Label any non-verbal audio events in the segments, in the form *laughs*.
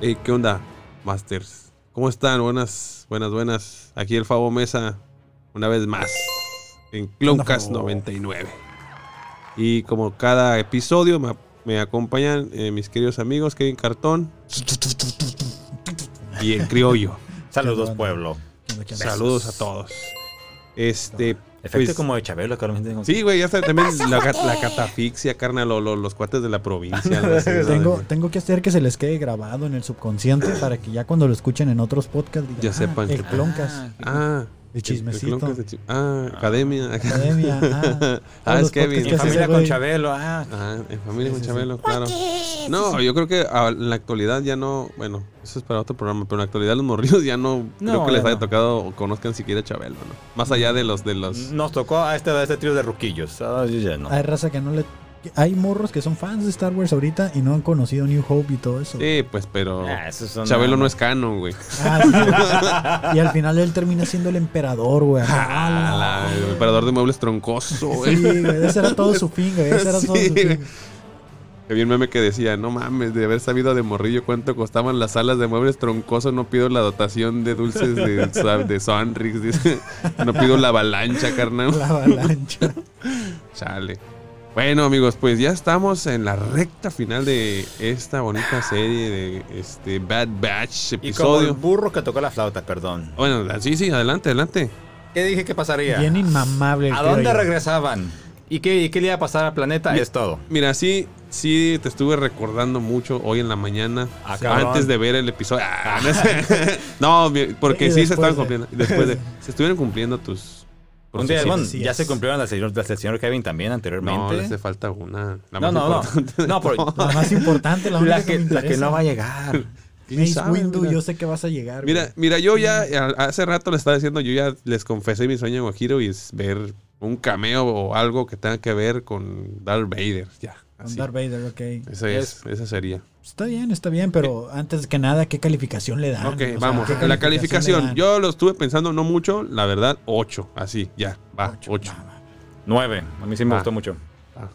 Hey, ¿Qué onda, Masters? ¿Cómo están? Buenas, buenas, buenas. Aquí el Fabo Mesa, una vez más, en Cloncast Fabo? 99. Y como cada episodio, me, me acompañan eh, mis queridos amigos Kevin Cartón y el *laughs* Criollo. Qué Saludos, bueno. Pues pueblo. ¿Qué onda, qué onda? Saludos a todos. Este. Efecto pues, como de Chabelo, que realmente tengo- Sí, güey, ya está también la, la catafixia, carnal, o lo- los cuates de la provincia. algo así, ¿no? Tengo, tengo que hacer que se les quede grabado en el subconsciente para que ya cuando lo escuchen en otros podcasts digan, Ya "Ah, sepan el que- Cloncast, Ah, el el chismecito, cloncast de chi- ah, academia. academia, ah, *laughs* Ah, Todos es los Kevin. podcasts Mi que familia ese con güey. Chabelo, ah. Ah, en familia Sí, con sí, Chabelo, claro. No, yo creo que a- en la actualidad ya no. Bueno, eso es para otro programa, pero en la actualidad los morridos ya no, creo No, que les ya haya no. tocado o conozcan siquiera a Chabelo, ¿no? Más allá de los. de los Nos tocó a este, a este trío de ruquillos. Ah, yo ya no. hay raza que no le... Hay morros que son fans de Star Wars ahorita y no han conocido New Hope y todo eso. Sí, pues, pero. Ah, esos son- Chabelo no es canon, güey. Ah, sí. y al final él termina siendo el emperador, güey. Ah, Ah, la- el emperador de muebles troncoso, la- güey. Sí, güey, ese era todo su fin, güey. Ese era todo Sí, su fin. *laughs* Había un meme que decía, no mames, de haber sabido de morrillo cuánto costaban las salas de muebles troncoso, no pido la dotación de dulces *laughs* de, de Sonrix, dice. no pido la avalancha, carnal. La *laughs* avalancha. Chale. Bueno, amigos, pues ya estamos en la recta final de esta bonita serie de este Bad Batch Y como el episodio. burro que tocó la flauta, perdón. Bueno, sí, sí, adelante, adelante. ¿Qué dije que pasaría? Bien inmamable. el ¿A dónde Kira, güey. regresaban? ¿Y qué, y qué le iba a pasar al planeta? Es todo. Mira, sí, sí, te estuve recordando mucho hoy en la mañana, Ah, cabrón. antes de ver el episodio. Ah, no, sé. *laughs* *laughs* No, mi- porque Y sí se después estaban de- cumpliendo. Después de, se estuvieron cumpliendo tus... Un día, procesos. bueno, sí ya es. se cumplieron las del las del señor Kevin también no, le hace anteriormente. falta una. la más No, no, no. importante. No, pero- *laughs* La más importante, la única La me que, la que interesa. no va a llegar. ¿Quién Mace sabe, Windu, mira? yo sé que vas a llegar. Mira, mira, yo ya a- hace rato le estaba diciendo, yo ya les confesé mi sueño de Guajiro y es ver un cameo o algo que tenga que ver con Darth Vader. Ya. güey. así. Con Darth Vader, ok. Ese es, esa sería. Está bien, está bien, pero antes que nada, ¿qué calificación le dan? ok, Ah, O sea, vamos. ¿qué la le calificación. dan? Yo lo estuve pensando no mucho, la verdad, 8. Así, ya. Va, 8. va, va. Nueve. A mí sí me Ah. gustó mucho. Ah.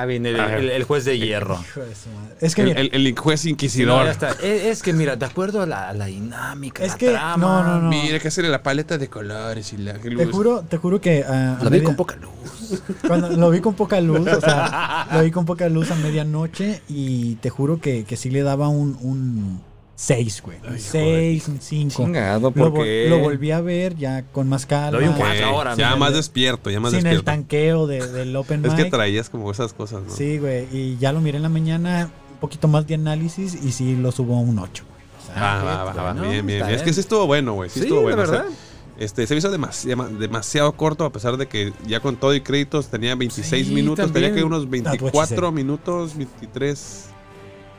Ah, viene el, Ah. el- el juez de hierro. Hijo de su madre. Es que El, mira, el- el juez No, inquisidor. ya está. Es, es que mira, de acuerdo a la, a la dinámica, Es la que- trama, no, no, no. Mira, que hacer la paleta de colores y la te luz. juro, te juro que ah, a Lo vi media- con poca luz. cuando lo vi con poca luz, *laughs* o sea, lo vi con poca luz a medianoche y te juro que, que sí le daba un, un 6, güey. Un 6, un 5. Chingado, Lo, ¿por qué? vol- lo volví a ver ya con más calma. Lo vi un Ok, cuatro ahora, ya mira. más despierto, ya más sin el despierto. tanqueo de- *laughs* del Open Es que mic. traías como esas cosas, ¿no? Sí, güey. Y ya lo miré en la mañana, un poquito más de análisis y sí lo subo a un 8. Va, Ah, va, va, bueno, va, bien, bien, está bien. Es que bien. sí estuvo bueno, güey. Sí, estuvo la bueno. o sea, verdad. este, se me hizo demasi- dema- demasiado, corto, a pesar de que ya con todo y créditos tenía 26 Sí, minutos. Tenía también. que unos Ah, 24 tú minutos, 23.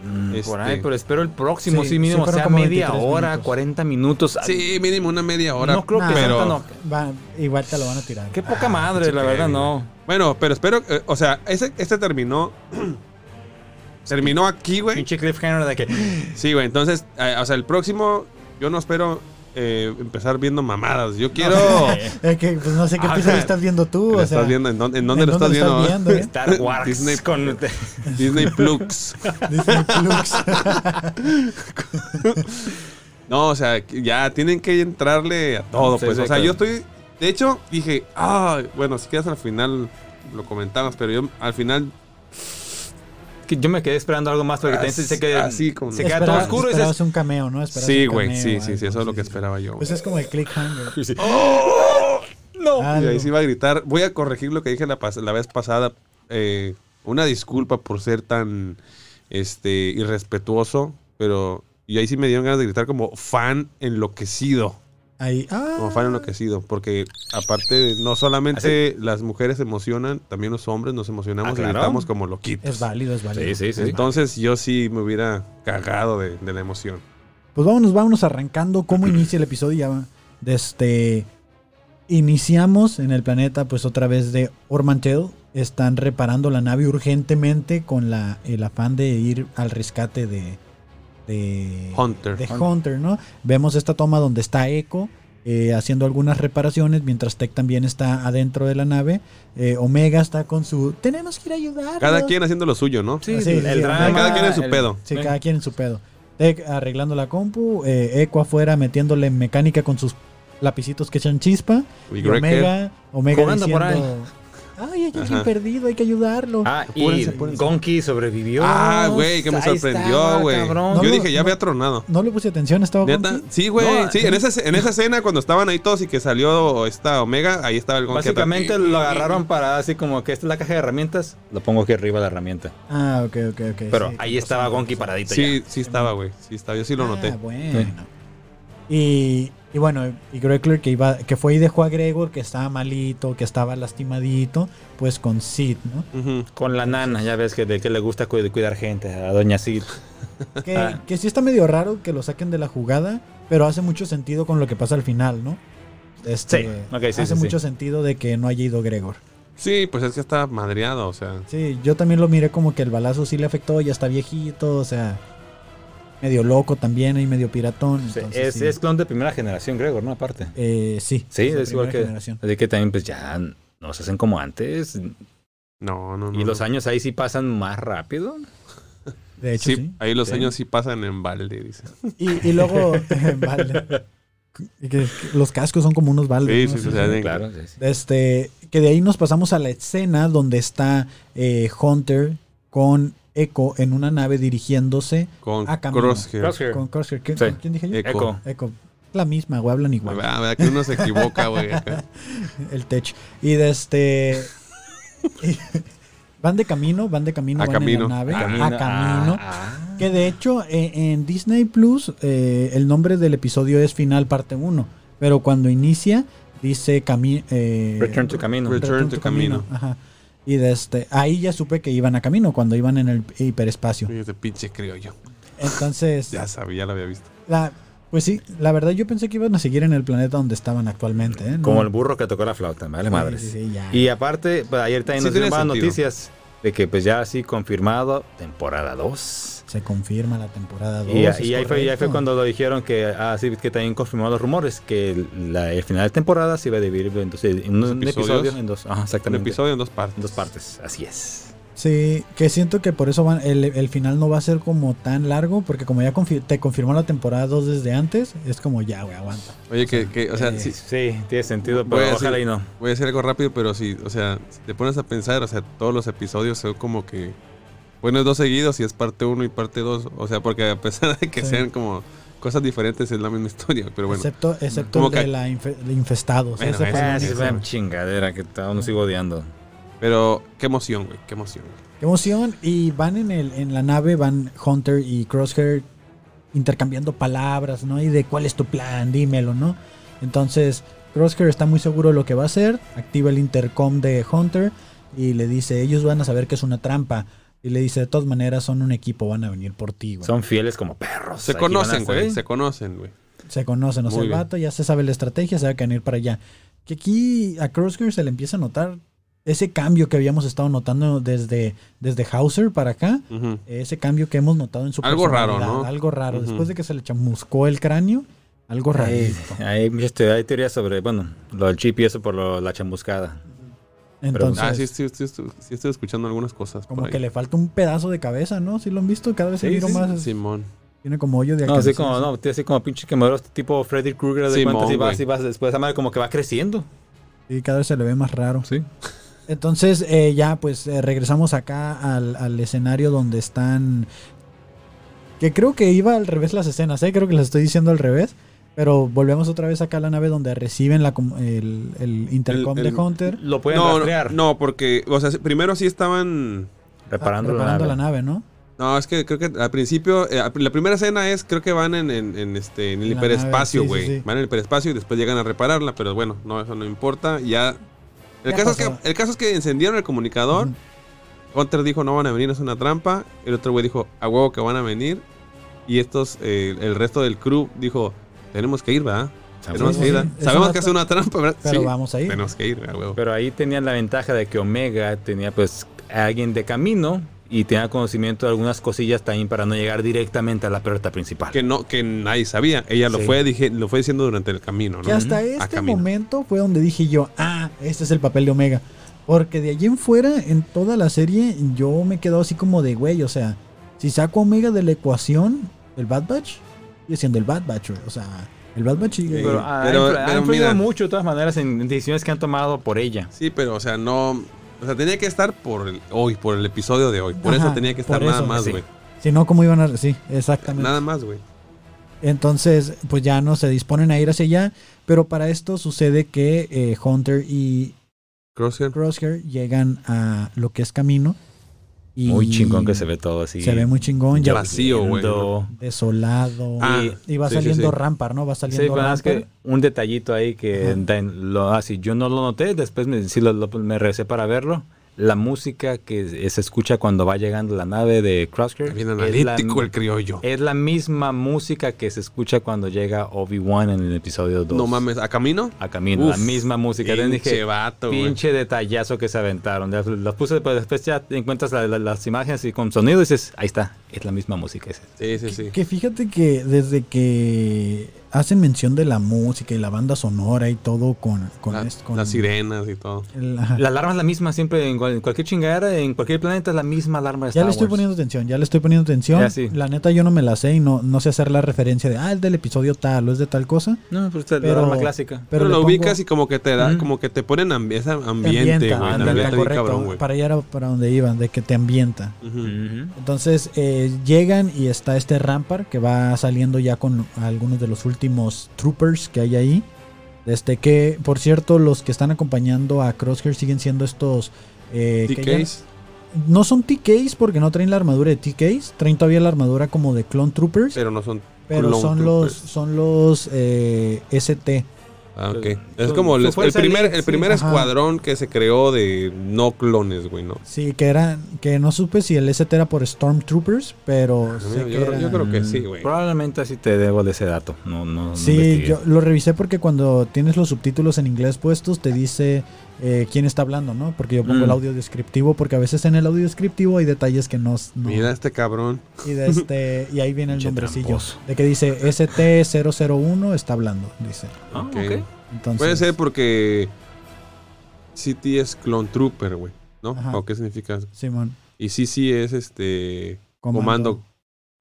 Mm, Este- Por ahí, pero espero el próximo, Sí, sí, sí mínimo, fueron sea como media 23 hora, minutos. 40 minutos. Sí, mínimo una media hora. Ah, No creo que pero, sea tan- Va, igual te lo van a tirar. Qué güey. poca madre, la sí, verdad, güey. no. Bueno, pero espero. eh, o sea, ese, este *clears throat* terminó. terminó aquí, güey. Pinche cliffhanger de que. Sí, güey. Entonces, eh, o sea, el próximo, yo no espero eh, empezar viendo mamadas. Yo *laughs* quiero. Es que pues, no sé qué Ajá. episodio estás viendo tú. ¿Lo O estás sea, viendo? ¿En dónde, en dónde lo estás viendo? eh? Star Wars Disney- con. Disney Plus. Disney *laughs* Plus. No, o sea, que ya tienen que entrarle a todo, Sí, pues. sí, o sea, claro. yo estoy. De hecho, dije, ah, bueno, si quedas al final lo comentamos, pero yo al final. que yo me quedé esperando algo más porque también Así- se queda. así como- Se queda todo Esperabas, oscuro y esperabas dices. un cameo, ¿no? Esperabas sí, un güey, cameo, sí, sí, algo, sí, eso es lo que sí. esperaba yo. Pues güey. es como el clickhanger. y sí, ¡Oh! No. y ahí Algo. sí iba a gritar. Voy a corregir lo que dije la, pas- la vez pasada. eh, una disculpa por ser tan este irrespetuoso, pero. Y ahí sí me dieron ganas de gritar como fan enloquecido. Ahí. Ah, Como fan enloquecido, porque aparte, de- no solamente las mujeres se emocionan, también los hombres nos emocionamos Ah, y claro. gritamos como loquitos. es válido, es válido. Sí, sí, sí. Entonces yo sí me hubiera cagado de, de la emoción. Pues vámonos, vámonos arrancando cómo inicia el episodio. Ya va. Desde iniciamos en el planeta, pues otra vez de Ormantel. Están reparando la nave urgentemente con la, el afán de ir al rescate de, de Hunter. de Hunter, ¿no? Vemos esta toma donde está Echo eh, haciendo algunas reparaciones, mientras Tech también está adentro de la nave. Eh, Omega está con su. Tenemos que ir a ayudar. Cada quien haciendo lo suyo, ¿no? Sí, sí, sí. el drama. Cada quien en su el- pedo. Sí, cada quien en su pedo. Tech arreglando la compu, eh, Eco afuera metiéndole mecánica con sus lapicitos que echan chispa. Y Y Greg Omega, Omega jugando por diciendo, ay, hay alguien Ajá. perdido, hay que ayudarlo. Ah, y Apúrense, apúrense. Gonky sobrevivió. Ah, güey, que me Ahí sorprendió, estaba, güey. cabrón. No, Yo no, dije, ya no. había tronado. No le puse atención, estaba ¿Neta? Gonky. Sí, güey. No, sí, en esa, en esa escena, cuando estaban ahí todos y que salió esta Omega, ahí estaba el Gonky atrás. Básicamente lo agarraron para así como que esta es la caja de herramientas. Lo pongo aquí arriba la herramienta. Ah, ok, ok, ok. Pero sí. ahí estaba Gonky paradito Sí, sí estaba, güey. Sí estaba. Yo sí lo noté. Ah, bueno. Y, y bueno, y Gregler que, iba, que fue y dejó a Gregor, que estaba malito, que estaba lastimadito, pues con Sid, ¿no? Ujú. ya. Con la nana, ya ves que de que le gusta cu- cuidar gente, a Doña Sid. Que, Ah. que sí está medio raro que lo saquen de la jugada, pero hace mucho sentido con lo que pasa al final, ¿no? Este, Sí, ok, sí, hace sí, sí. mucho sentido de que no haya ido Gregor. Sí, pues es que está madreado, o sea. Sí, yo también lo miré como que el balazo sí le afectó, ya está viejito, o sea, medio loco también y medio piratón. Sí, entonces es, sí. es clon de primera generación, Gregor, ¿no? Aparte. Eh, sí, Sí, de es igual primera que. generación. Así que también, pues ya no se hacen como antes. No, no, no. Y los no. años ahí sí pasan más rápido. De hecho, Sí, sí. ahí los Sí. años sí pasan en balde, dice. Y, y *laughs* luego, *laughs* vale. Y que- que los cascos son como unos baldes. Sí, ¿no? sí, sí, sí. Claro. sí, sí. Este, que de ahí nos pasamos a la escena donde está eh, Hunter con Echo en una nave dirigiéndose Con Ah, camino. Crosshair. Crosshair. con Crosshair. ¿Qué- Sí. Eh. con ¿Quién dije yo? Echo. Echo. Echo. La misma, güey, hablan La igual. Ah, verdad, la verdad que uno se equivoca, güey. *laughs* acá. El tech. Y de *laughs* este. y- van de camino, van de camino, A van camino. en la nave. A A camino. camino. Ah, ah. Que de hecho, eh, en Disney Plus, eh, el nombre del episodio es Final Parte 1. Pero cuando inicia, dice cami eh, Return to Camino. Return to Camino. Ajá. Y de este, ahí ya supe que iban a camino cuando iban en el hiperespacio. Fíjate, pinche criollo. Entonces, Ya sabía, ya lo había visto. la- pues sí, la verdad yo pensé que iban a seguir en el planeta donde estaban actualmente. ¿eh? No. Como el burro que tocó la flauta, me vale Sí, madres. sí, sí, ya. Y aparte, pues, ayer también Sí nos dieron tiene más sentido. noticias de que pues ya así confirmado temporada 2. Se confirma la temporada 2. Y, y ahí fue, y ahí fue cuando lo dijeron que ah, sí, que también confirmaron los rumores que el- la, el final de temporada se iba a dividir en dos- en un, un episodio episodios? en dos, ajá, Un exactamente, episodio en dos partes. en dos partes, así es. Sí, que siento que por eso van- el, el final no va a ser como tan largo, porque como ya confi- te confirmó la temporada 2 desde antes, es como ya, güey, aguanta. Oye, que, que, o sea, Eh, sí, Sí, tiene sentido, Voy a pero decir- ojalá y no. Voy a hacer algo rápido, pero sí, o sea, si te pones a pensar, o sea, todos los episodios son como que. Bueno, es dos seguidos y es parte uno y parte dos. O sea, porque a pesar de que Sí. sean como cosas diferentes, es la misma historia. Pero bueno, excepto excepto Como el de que- la infe- de infestados. Bueno, ese fue ese el Ah, sí, sí, único. es una chingadera que aún lo sigo odiando. pero qué emoción, güey, qué emoción. Qué emoción. Y van en, el, en la nave, van Hunter y Crosshair intercambiando palabras, ¿no? Y de cuál es tu plan, dímelo, ¿no? Entonces, Crosshair está muy seguro de lo que va a hacer, activa el intercom de Hunter y le dice, ellos van a saber que es una trampa. Y le dice, de todas maneras, son un equipo, van a venir por ti, güey. Son fieles como perros. Se aquí van a conocen, estar güey, ahí. se conocen, güey. Se conocen, o sea, Muy el bien. vato ya se sabe la estrategia, sabe que van a ir para allá. Que aquí a Crosshair se le empieza a notar ese cambio que habíamos estado notando desde, desde Hauser para acá. Ujú. ese cambio que hemos notado en su Algo raro, personalidad, ¿no? Algo raro. Ujú. Después de que se le chamuscó el cráneo, algo raro. Ay, Hay, muchas teorías- este, hay teorías sobre, bueno, lo del chip y eso por lo- la chambuscada. Entonces, ah, sí, sí, sí, sí, sí estoy escuchando algunas cosas. por como ahí. que le falta un pedazo de cabeza, ¿no? Si lo han visto, cada vez se Sí, mira sí, más. Simón. Tiene como hoyo de No, así alcanzar. como, no, tío, así como pinche quemador tipo Freddy Krueger de Simón, cuentas y vas, güey. y vas después a madre como que va creciendo. Y cada vez se le ve más raro. Sí. Entonces, eh, ya pues eh, regresamos acá al, al escenario donde están. Que creo que iba al revés las escenas, ¿eh? Creo que las estoy diciendo al revés. Pero volvemos otra vez acá a la nave donde reciben la, com- el, el intercom El- el- de Hunter. Lo pueden No, no, rastrear. no, porque, o sea, primero sí estaban. Reparando, Ah, reparando la nave. ¿no? No, es que creo que al principio, eh, la primera escena es, creo que van en, en- en, este, en el En la hiperespacio, nave, sí, güey. sí, sí. Van en el hiperespacio y después llegan a repararla, pero bueno, no, eso no importa. Ya. El, Ya caso es pasó. que, el caso es que encendieron el comunicador. Ujú. Hunter dijo, no van a venir, es una trampa. El otro güey dijo, a huevo que van a venir. Y estos, eh, el resto del crew dijo, tenemos que ir, ¿verdad? Tenemos Sí, que sí, ir. ¿verdad? sí. Es Sabemos una que es una trampa, ¿verdad? Pero sí, vamos ahí. tenemos que ir, a huevo. Pero ahí tenían la ventaja de que Omega tenía pues a alguien de camino y tenía conocimiento de algunas cosillas también para no llegar directamente a la puerta principal. que, no, que nadie sabía. Ella lo, Sí. fue, dije, lo fue diciendo durante el camino, ¿no? Que hasta A este camino. momento fue donde dije yo, ah, este es el papel de Omega. Porque de allí en fuera, en toda la serie, yo me he quedado así como de güey. O sea, si saco a Omega de la ecuación, el Bad Batch sigue siendo el Bad Batch, güey. O sea, el Bad Batch sigue. Pero Sí, ha, pero- influ- ha pero influido mira. mucho de todas maneras en decisiones que han tomado por ella. Sí, pero, o sea, no. O sea, tenía que estar por el- hoy, por el episodio de hoy. Por Ajá, eso tenía que estar por nada eso, más, sí. güey. Si no, ¿cómo iban a.? Sí, exactamente. Nada más, güey. Entonces, pues ya no se disponen a ir hacia allá. Pero para esto sucede que eh, Hunter y Crosshair. Crosshair llegan a lo que es camino. Y Muy chingón que se ve todo así. Se ve muy chingón, ya Vacío, güey. Viendo- desolado. Ah, y va sí, sí, saliendo sí. Rampar, ¿no? Va Sí, saliendo pero nada más Rampart. que un detallito ahí que Ajá. da- lo así. Yo no lo noté, después me, sí lo- lo- me regresé para verlo. La música que se- se escucha cuando va llegando la nave de Crosshair Bien es la, analítico el criollo. es la misma música que se escucha cuando llega Obi-Wan en el episodio 2. No mames, ¿a camino? A camino, la Uf, misma música. Entonces Pinche dije, vato, güey. pinche detallazo que se aventaron. Las, las puse, pero después ya te encuentras la- la- las imágenes y con sonido y dices, ahí está, es la misma música. es- Sí, sí, sí. Que fíjate que desde que hacen mención de la música y la banda sonora y todo con, con, La- esto- con Las sirenas y todo. el- ajá. La alarma es la misma siempre, en, cual- en cualquier chingadera, en cualquier planeta es la misma alarma. de Ya Star le estoy Wars. poniendo atención, ya le estoy poniendo atención. Ya, sí. La neta yo no me la sé y no, no sé hacer la referencia de, ah, es del episodio tal o es de tal cosa. No, pero esta es Pero- la alarma clásica. Pero, Pero, le lo pongo- ubicas y como que te da, Ujú. como que te ponen ambi- ese te ambiente, ambienta, güey. ándale, ándale, ambiente bien correcto, cabrón, güey. Para allá era para donde iban, de que te ambienta. Ujú. Ujú. Entonces eh, llegan y está este Rampart que va saliendo ya con algunos de los últimos troopers que hay ahí. Desde que, por cierto, los que están acompañando a Crosshair siguen siendo estos... eh, que ya- TKs. no son TKs porque no traen la armadura de TKs, traen todavía la armadura como de Clone Troopers, Pero pero, no son. Clone son, los, Troopers. son los eh, ST. Ah, ok. Son- es como el, su el fuerza primer, elite, el sí. primer Ajá. escuadrón que se creó de no clones, güey, ¿no? Sí, que eran, que no supe si el ST era por Stormtroopers, pero... sé Ah, yo que creo- yo eran- creo que sí, güey. Probablemente así te debo de ese dato. No, no, no Mm. Sí, investigué. yo lo revisé porque cuando tienes los subtítulos en inglés puestos te dice eh, quién está hablando, ¿no? Porque yo pongo Mm. el audio descriptivo porque a veces en el audio descriptivo hay detalles que no... no- Mira este cabrón. Y, de este, y ahí viene el Pinche nombrecillo. tramposo. De que dice ST001 está hablando, dice. Ah, Ok. ok. Entonces, Puede ser porque City es Clone Trooper, güey, ¿no? Ajá. ¿O qué significa? eso? Simón. Y Sisi es este comando,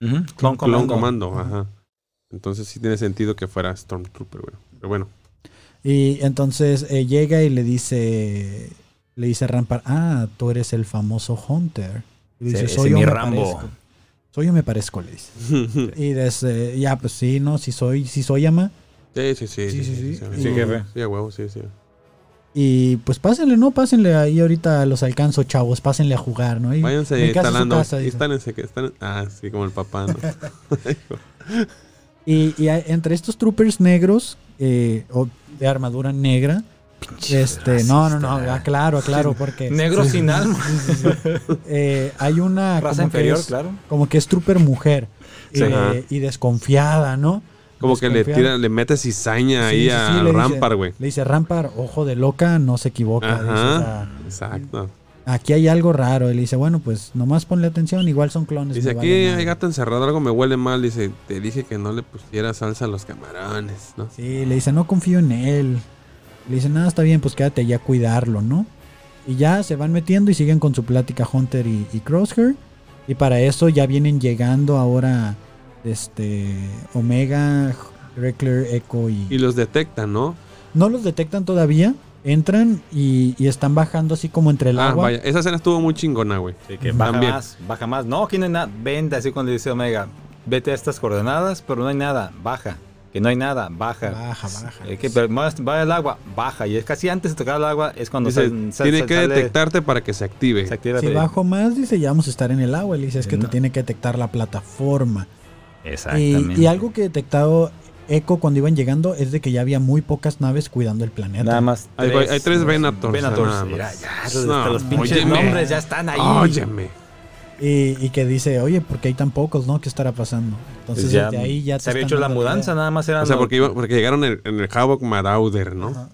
Ujú, Clone clon Commando. comando, ajá. Entonces sí tiene sentido que fuera Stormtrooper, güey. Pero bueno, Y entonces eh, llega y le dice, le dice a Rampart, ah, tú eres el famoso Hunter. Y Ese- dice, ese soy yo mi me Rambo". parezco. Soy yo me parezco, le dice. *laughs* Y desde, ya, pues sí, no, si soy, si soy ama. sí, sí, sí. Sí, sí, sí. Sí, Sí, jefe. Sí, a huevo, sí, sí. Y pues pásenle, no, pásenle ahí ahorita los alcanzo, chavos, pásenle a jugar, ¿no? Y Váyanse mi casa es su instalando. casa, dice. instálense, que están. Ah, sí, como el papá, *laughs* ¿no? Y, y hay- entre estos troopers negros, eh, o de armadura negra, este, no, no, no, racista. eh. aclaro, aclaro, *laughs* porque Negro *laughs* sin alma. sí, sí. Eh, hay una Raza como inferior, que es, claro. como que es trooper mujer Sí. eh, Ajá. y desconfiada, ¿no? Como que le Desconfiada. tira, le mete cizaña Sí, ahí sí, sí, a le dice- Rampar, güey. Le dice Rampar, ojo de loca, no se equivoca. dice, Ajá. o sea, Exacto. aquí hay algo raro. Y le dice, bueno, pues nomás ponle atención, igual son clones. Dice, me aquí vale hay madre". gato encerrado, algo me huele mal. Dice, te dije que no le pusiera salsa a los camarones, ¿no? Sí, le dice, no confío en él. Le dice, nada, está bien, pues quédate allá a cuidarlo, ¿no? Y ya se van metiendo y siguen con su plática Hunter y, y Crosshair. Y para eso ya vienen llegando ahora este Omega, Reckler, Echo y... Y los detectan, ¿no? No los detectan todavía, entran y, y están bajando así como entre el Ah, agua. vaya. Esa escena estuvo muy chingona, güey. Así que Ujú. baja También. más, baja más. No, aquí no hay nada. Vende así cuando dice Omega. Vete a estas coordenadas, pero no hay nada. Baja. Que no hay nada. Baja. Baja, baja. Eh, que pero más va el agua. Baja. Y es casi antes de tocar el agua es cuando Dice, sal- sal- tiene sal- que sale- detectarte para que se active. se activa Si el- bajo más, dice, ya vamos a estar en el agua. Y Le dice, es que te No. tiene que detectar la plataforma. Y, Exactamente. y algo que detectado Echo cuando iban llegando es de que ya había muy pocas naves cuidando el planeta. Nada más. Hay- hay tres Venators, Venators. nada más. Mira, ya, No, hasta los pinches óyeme. nombres ya están ahí. Óyeme. Y, y que dice, oye, porque hay tan pocos, ¿no? ¿Qué estará pasando? Entonces, Pues ya desde ahí ya te se había están hecho la dando mudanza, nada más eran. O sea, los- porque, iba- porque llegaron en, en el Havoc Marauder, ¿no? Ajá.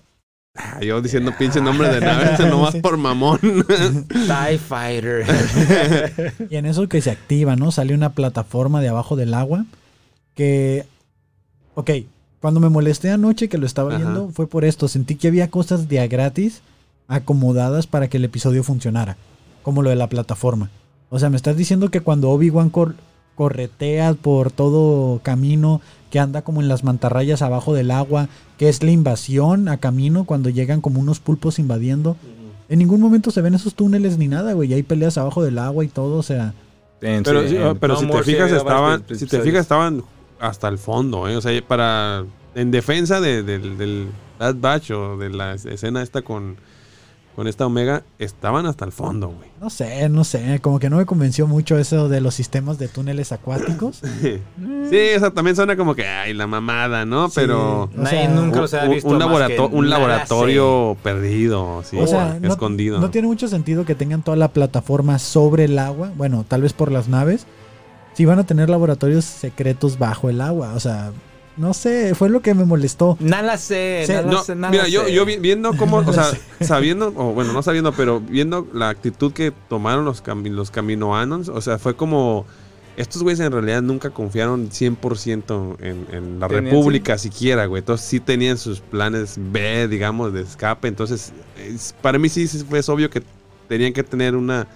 Ah, Yo diciendo pinche nombre de *laughs* naves nomás Sí. por *laughs* mamón. TIE Fighter. *laughs* idea. Y en eso que se activa, ¿no? Sale una plataforma de abajo del agua que... Ok, cuando me molesté anoche que lo estaba Ajá. viendo fue por esto. Sentí que había cosas de a gratis acomodadas para que el episodio funcionara. Como lo de la plataforma. O sea, me estás diciendo que cuando Obi-Wan cor- corretea por todo camino, que anda como en las mantarrayas abajo del agua, que es la invasión a camino cuando llegan como unos pulpos invadiendo. En ningún momento se ven esos túneles ni nada, güey. y Hay peleas abajo del agua y todo, o sea. En- Pero, sí, sí, en pero No si te More se fijas, veía estaban. varios Si te fijas, estaban hasta el fondo, ¿eh? O sea, para. En defensa de- del, del Bad Batch o de la escena esta con. Con esta Omega, estaban hasta el fondo, *laughs* güey. No sé, no sé, como que no me convenció mucho eso de los sistemas de túneles acuáticos. Sí, o sea, también suena como que, ay, la mamada, ¿no? Sí. Pero. O Nadie sea, Un, nunca los ha un- visto. un más laborato- que un nada laboratorio perdido, sí, o sea, no, Oh, escondido. no tiene mucho sentido que tengan toda la plataforma sobre el agua. Bueno, tal vez por las naves. Si van a tener laboratorios secretos bajo el agua. O sea, no sé, fue lo que me molestó. sé. Nada sé, Sí. nada No, sé, nada mira, yo, sé. yo vi- viendo cómo, o sea, sabiendo, o bueno, no sabiendo, pero viendo la actitud que tomaron los, cami- los caminoanos, o sea, fue como, estos güeyes en realidad nunca confiaron 100% en, en la Tenían, República siquiera, güey. Entonces sí tenían sus planes B, digamos, de escape. Entonces, es- para mí sí, sí fue es obvio que tenían que tener una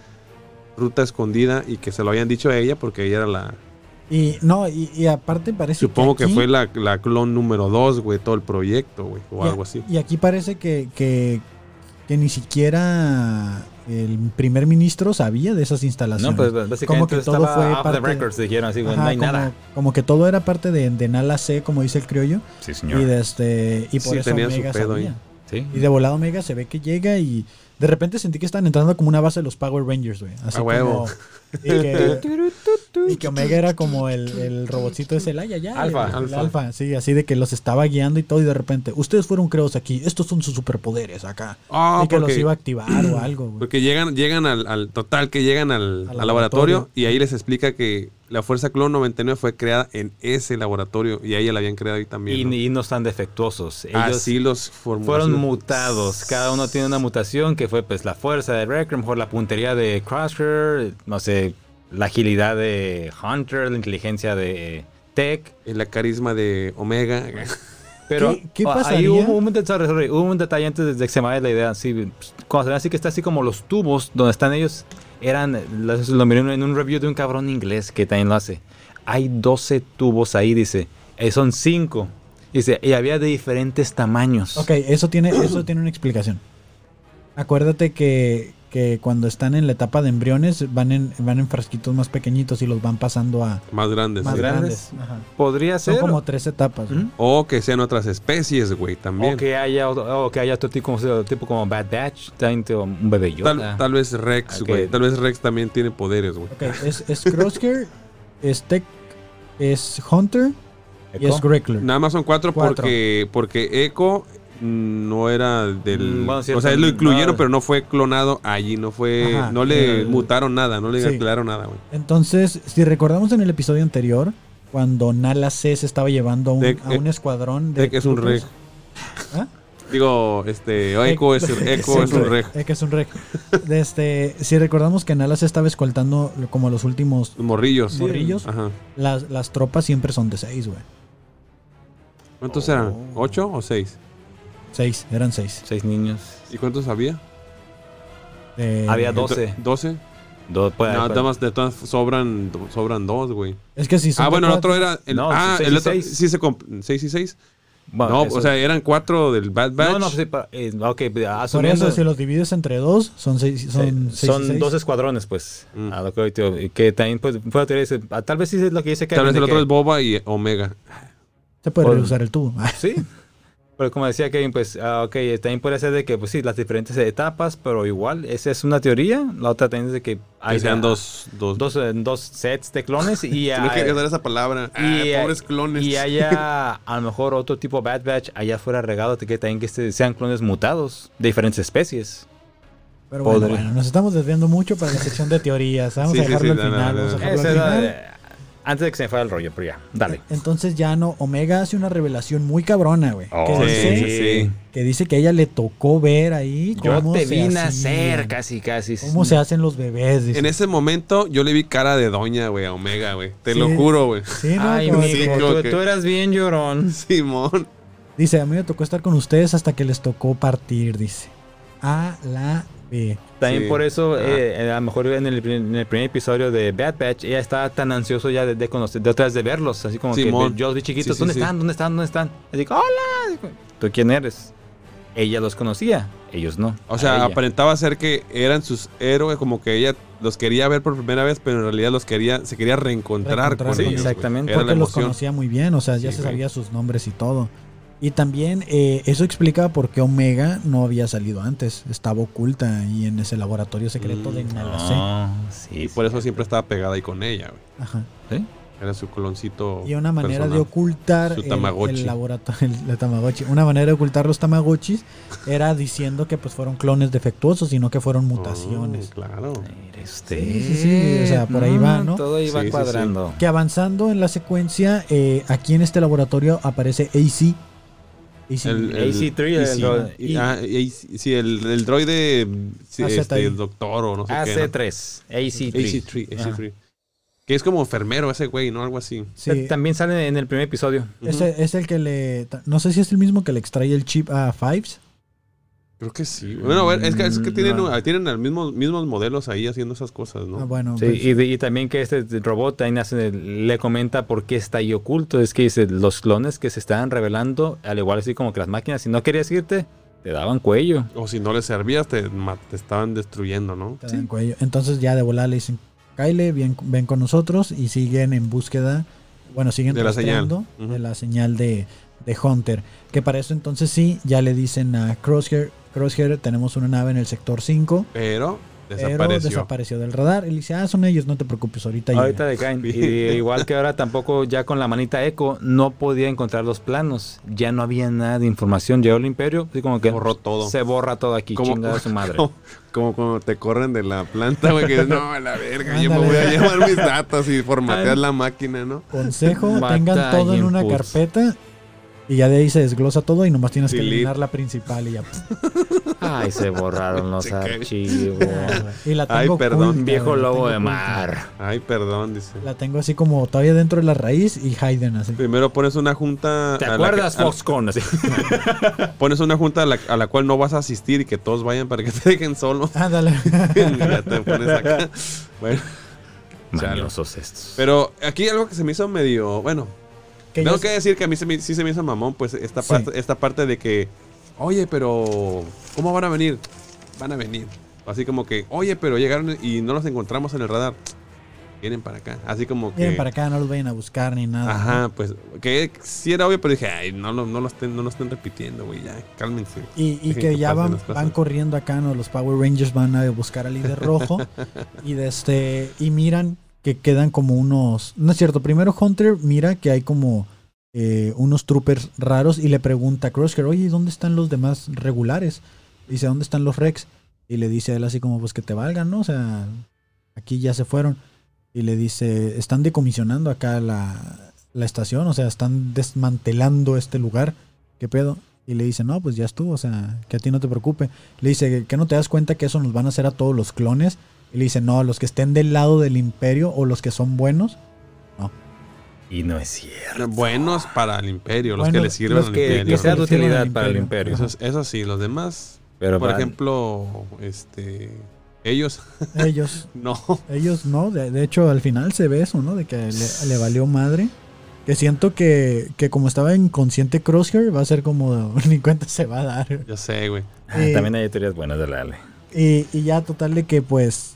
ruta escondida y que se lo habían dicho a ella porque ella era la... Y no, y, y aparte parece Supongo que aquí- fue la, la clon número 2, güey, todo el proyecto, güey, o y- algo así. Y aquí parece que, que, que ni siquiera el primer ministro sabía de esas instalaciones. No, pues básicamente Como que todo estaba fue off the parte- records, dijeron así, güey, Ajá, no hay como, nada. como que todo era parte de, de Nala C, como dice el criollo. Sí, Y, de este, y por Sí, eso tenía su Omega pedo ahí. sabía. Sí. Y de volado Omega se ve que llega y de repente sentí que estaban entrando como una base de los Power Rangers, güey. Así A huevo. como- Y que, y que *laughs* Omega era como el, el robotcito ese, el ay, ay, ay, Alfa. el- el Alfa. alfa, sí, así de que los estaba guiando y todo. Y de repente, ustedes fueron creados aquí, estos son sus superpoderes acá. Ah, y que los porque- iba a activar o algo, *clears throat* güey. Porque llegan, llegan al, al- total, que llegan al, Al al laboratorio, laboratorio. y ahí les explica que la Fuerza Clon 99 fue creada en ese laboratorio y a ella la habían creado ahí también. Y, ¿no? y no Ah, están defectuosos. Ellos Así los formó. fueron así- mutados. Cada uno tiene una mutación que fue pues la fuerza de Wrecker, mejor la puntería de Crusher, no sé, la agilidad de Hunter, la inteligencia de Tech. en la carisma de Omega. *laughs* Pero ¿Qué- qué ah, ahí pasaría? hubo un, detalle, sorry, sorry, hubo un detalle antes de que se me vaya la idea. Sí, pues, cuando se ve así que está así como los tubos donde están ellos, eran, lo lo miré en un review de un cabrón inglés que también lo hace. Hay 12 tubos ahí, dice. Eh, son 5. Dice, y había de diferentes tamaños. Ok, eso tiene, eso tiene una explicación. Acuérdate que, que cuando están en la etapa de embriones van en, van en frasquitos más pequeñitos y los van pasando a Más grandes. Mm. más sí. grandes. grandes. Ajá. Podría Son ser. como tres etapas. güey. Ujú. O que sean otras especies, güey, también. O que haya otro, o que haya otro tipo, como- tipo como Bad Batch, también te- un bebé yo. Tal, tal vez Rex, Ah, güey. que- Tal vez Rex también tiene poderes, güey. Ok, es, es Crosshair, es Tech, es Hunter y es Greckler. Nada más son cuatro, Cuatro. porque porque Echo mm, no era del Mm, bueno, o cierto, sea él lo incluyeron no. pero no fue clonado allí no fue Ajá. no le Eh, mutaron nada no le sí. aclararon nada güey Entonces, si recordamos en el episodio anterior, cuando Nala C se estaba llevando a un, Tech, a un eh, escuadrón de. Tech es un reg troopers- ¿Ah? digo este Echo es Echo es un reg Tech es un reg. De este, si recordamos que Nala C estaba escoltando como los últimos Los morrillos morrillos, ajá las, las tropas siempre son de seis, güey. cuántos Oh. eran ocho o seis Seis, eran seis. Seis niños. y cuántos había Eh, Había dos. Doce. Ento- doce Dos, pues, puede- no, puede- nada más de todas sobran sobran dos güey Es que si son ah de bueno el cuatro- otro era el, No, ah seis el y otro seis. sí se comp- seis y seis Bueno, no eso- o sea eran cuatro del Bad Batch No, no, sí, pa- eh, ok, Por asumiendo. eso, si los divides entre dos, son seis. Son, eh, seis y son seis. dos escuadrones, pues. Mm. a lo que, hoy te digo, y que también, pues, fue la teoría, dice, ah, tal vez sí es lo que dice que Tal vez el otro es Boba y Omega. Se puede Por- reusar el tubo. *laughs* Sí. Pero como decía Kevin, pues, ah, ok, eh, también puede ser de que, pues sí, las diferentes etapas, pero igual, esa es una teoría. La otra también es de que Que sean da- dos, dos. dos, eh, dos sets *laughs* de clones y Si ah, no quería usar esa palabra. Y, Ah, eh, pobres clones. Y haya a lo mejor otro tipo Bad Batch allá fuera regado que también que se- sean clones mutados de diferentes especies. Pero bueno, Podría. bueno, nos estamos desviando mucho para la sección de teorías. Vamos Sí, a sí, dejarlo sí, al no, final. no, vamos a no. dejarlo Esa al era, final. eh, antes de que se me fuera el rollo, pero ya, dale. Entonces ya no, Omega hace una revelación muy cabrona, güey. Oh, que, dice, sí, sí, sí. que dice que a ella le tocó ver ahí Yo cómo te se vi hacían- nacer casi, casi. Cómo se hacen los bebés. dice. En ese momento yo le vi cara de doña, güey, a Omega, güey. Te Sí. lo juro, güey. *laughs* Sí, ¿no? Ay, Como- sí, mijo, creo tú, que- tú eras bien llorón. Simón. Dice, a mí me tocó estar con ustedes hasta que les tocó partir, dice. A la Sí. También Sí. por eso, Ah. eh, a lo mejor en el, pri- en el primer episodio de Bad Batch, ella estaba tan ansioso ya de, de conocer, de otra vez de verlos, así como Simón. que yo los vi chiquitos, Sí, sí, ¿dónde sí. están? ¿Dónde están? ¿Dónde están? Así que, hola, ¿tú quién eres? Ella los conocía, ellos no. O a sea, ella. aparentaba ser que eran sus héroes, como que ella los quería ver por primera vez, pero en realidad los quería, se quería reencontrar Reencontrar, con sí, ellos. güey. exactamente. Era la Porque los emoción. conocía muy bien, o sea, ya Sí, se güey. sabía sus nombres y todo. Y también eh, eso explica por qué Omega no había salido antes. Estaba oculta ahí en ese laboratorio secreto de Mm. Nalase. Ah, sí, Y por eso siempre estaba pegada ahí con ella, güey. Ajá. sí. Era su cloncito. Y una manera personal. de ocultar Su el- el, Tamagotchi. laboratorio, *laughs* el, la Tamagotchi. Una manera de ocultar los Tamagotchis era diciendo que pues fueron clones defectuosos, sino que fueron mutaciones. Oh, claro. Mira usted. Sí, sí, sí, o sea, por ahí va, ¿no? Todo iba Sí, sí, cuadrando. Que avanzando en la secuencia, eh, aquí en este laboratorio aparece AC. AC. El- AC3, el sí, dro- y- ah, y- sí, el, el droide. sí, AZ este, ahí. el doctor o no sé qué. ¿no? AC3, AC3. AC3, Ajá. AC3. Que es como enfermero ese güey, ¿no? Algo así. Sí, También sale en el primer episodio. Ese es el que le. ta- No sé si es el mismo que le extrae el chip a Fives. Creo que sí. Bueno, a ver, es que, es que Mm, tienen, no. tienen los mismos, mismos modelos ahí haciendo esas cosas, ¿no? Ah, bueno, Sí, pues, y, de- y también que este robot también hace- le comenta por qué está ahí oculto. Es que dice, los clones que se estaban revelando, al igual así como que las máquinas, si no querías irte, te daban cuello. O si no les servías, te, ma- te estaban destruyendo, ¿no? te dan cuello. Entonces ya de volada le dicen, Kyle, bien, ven con nosotros. Y siguen en búsqueda. Bueno, siguen De la señal. rastreando Ujú. de la señal de, de Hunter. Que para eso entonces sí, ya le dicen a Crosshair, Crosshair, tenemos una nave en el sector 5. Pero Pero desapareció. desapareció del radar. Y le dice, ah, son ellos, no te preocupes, ahorita, llega". Ahorita le caen. Y igual que ahora tampoco, ya con la manita eco, no podía encontrar los planos. Ya no había nada de información. Llegó el imperio, así como que Borró todo. se borra todo aquí, Como- chingada su madre. Como, como cuando te corren de la planta, güey, que dices, no, a la verga, yo me Ándale. voy a llevar mis datos y formatear la máquina, ¿no? *laughs* Consejo, Mata tengan todo en una inputs. carpeta. Y ya de ahí se desglosa todo y nomás tienes que Delete. eliminar la principal y ya. pues, Ay, se borraron *laughs* los Checa. *laughs* archivos. Y la tengo Ay, perdón, oculta, Viejo güey, la lobo tengo de oculta. mar. Ay, perdón, dice. La tengo así como todavía dentro de la raíz y Hayden así. Primero pones una junta. ¿Te a Ah, la acuerdas, que- a- Foxconn? Así. pones una junta a la, a la cual no vas a asistir y que todos vayan para que *laughs* te dejen solo. Ándale. ya te pones acá. Bueno, Mañosos estos. pero aquí algo que se me hizo medio. Bueno, *laughs* Que tengo ya- que decir que a mí se me- sí se me hizo mamón, pues esta, Sí. parte, esta parte de que, oye, pero, ¿cómo van a venir? Van a venir. Así como que, oye, pero llegaron y no los encontramos en el radar. Vienen para acá. Así como que. Miren para acá, no los vayan a buscar ni nada. Ajá, pues, que sí era obvio, pero dije, ay, no, lo- no, lo, estén, no lo estén repitiendo, güey, ya, cálmense. Y, y Dejen que que ya pasen van, las cosas. van corriendo acá, ¿no? Los Power Rangers van a buscar al *laughs* líder rojo. y de este. Y miran que quedan como unos. No es cierto. Primero Hunter mira que hay como eh, unos troopers raros y le pregunta a Crosshair, oye, ¿y ¿dónde están los demás regulares? Dice, ¿dónde están los Rex? Y le dice a él así como, pues que te valgan, ¿no? O sea, aquí ya se fueron. Y le dice, están decomisionando acá la, la estación, o sea, están desmantelando este lugar. ¿Qué pedo? Y le dice, no, pues ya estuvo, o sea, que a ti no te preocupe. Le dice, ¿que no te das cuenta que eso nos van a hacer a todos los clones? Y le dice, no, los que estén del lado del imperio o los que son buenos. Y no es cierto. Buenos para el imperio, los Bueno, que le sirven los al que- imperio. que sea de Los que le utilidad sirven al para el imperio. imperio. Eso, es- eso sí, los demás, Pero por para- ejemplo, este, ellos, *laughs* *laughs* Ellos, no. ellos no, de, de hecho al final se ve eso, ¿no? De que le, le valió madre. Que siento que, que como estaba inconsciente Crosshair, va a ser como, *laughs* ni cuenta se va a dar. Yo sé, güey. Ah, Eh, También hay teorías buenas de la Ale. Y, y ya total de que pues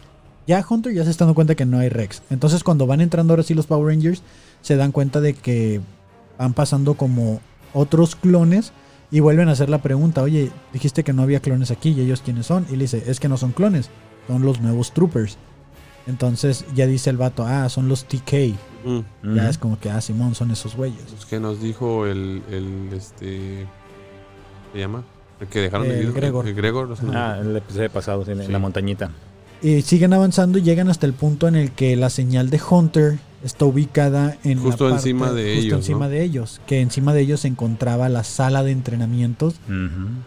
ya Hunter ya se está dando cuenta que no hay Rex. Entonces cuando van entrando ahora sí los Power Rangers, se dan cuenta de que van pasando como otros clones y vuelven a hacer la pregunta, oye, dijiste que no había clones aquí y ellos quiénes son. Y le dice, es que no son clones, son los nuevos troopers. Entonces ya dice el vato, ah, son los TK. Mm. Ya Ujú. es como que, ah, Simón, son esos güeyes. Los que nos dijo el, el, este, ¿se llama? El que dejaron El el, Gregor. El Gregor. no sé. Ah, el episodio pasado, sí, en Sí. la montañita. Y eh, siguen avanzando y llegan hasta el punto en el que la señal de Hunter está ubicada en la Justo encima de justo ellos, encima ¿no? de ellos, que encima de ellos se encontraba la sala de entrenamientos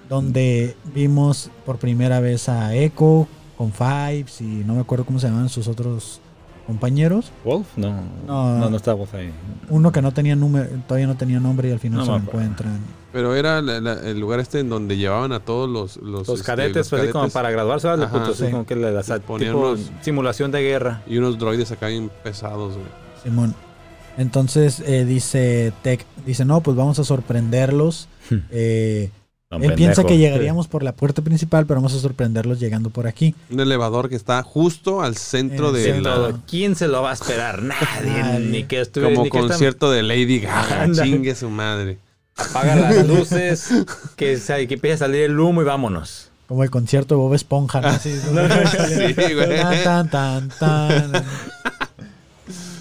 donde vimos por primera vez a Echo con Fives y no me acuerdo cómo se llamaban sus otros compañeros. ¿Wolf? No. No. No, no, está Wolf ahí. Uno que no tenía número, todavía no tenía nombre y al final No se lo me acuerdo. encuentran. Pero era la- la- el lugar este en donde llevaban a todos los... Los, Los este, cadetes, los pues, así como cadetes para graduarse, ¿verdad? Ajá, Puto, así sí. como que la, la- Les ponían tipo unos- simulación de guerra. Y unos droides acá bien pesados, güey. Simón. Entonces eh, dice Tech, dice, no, pues vamos a sorprenderlos. Hmm. Eh, No, él piensa pendejo. que llegaríamos por la puerta principal, pero vamos a sorprenderlos llegando por aquí. Un elevador que está justo al centro En el de centro, la... güey. Todo. ¿Quién se lo va a esperar? Nadie. Nadie. Ni que estuviera. Como ni que esta- concierto de Lady Gaga. Ándale. Chingue su madre. Apaga las luces, que, sa- que empiece a salir el humo y vámonos. Como el concierto de Bob Esponja. ¿no? Así, Ah, *laughs* Sí, güey. Tan, tan, tan, tan.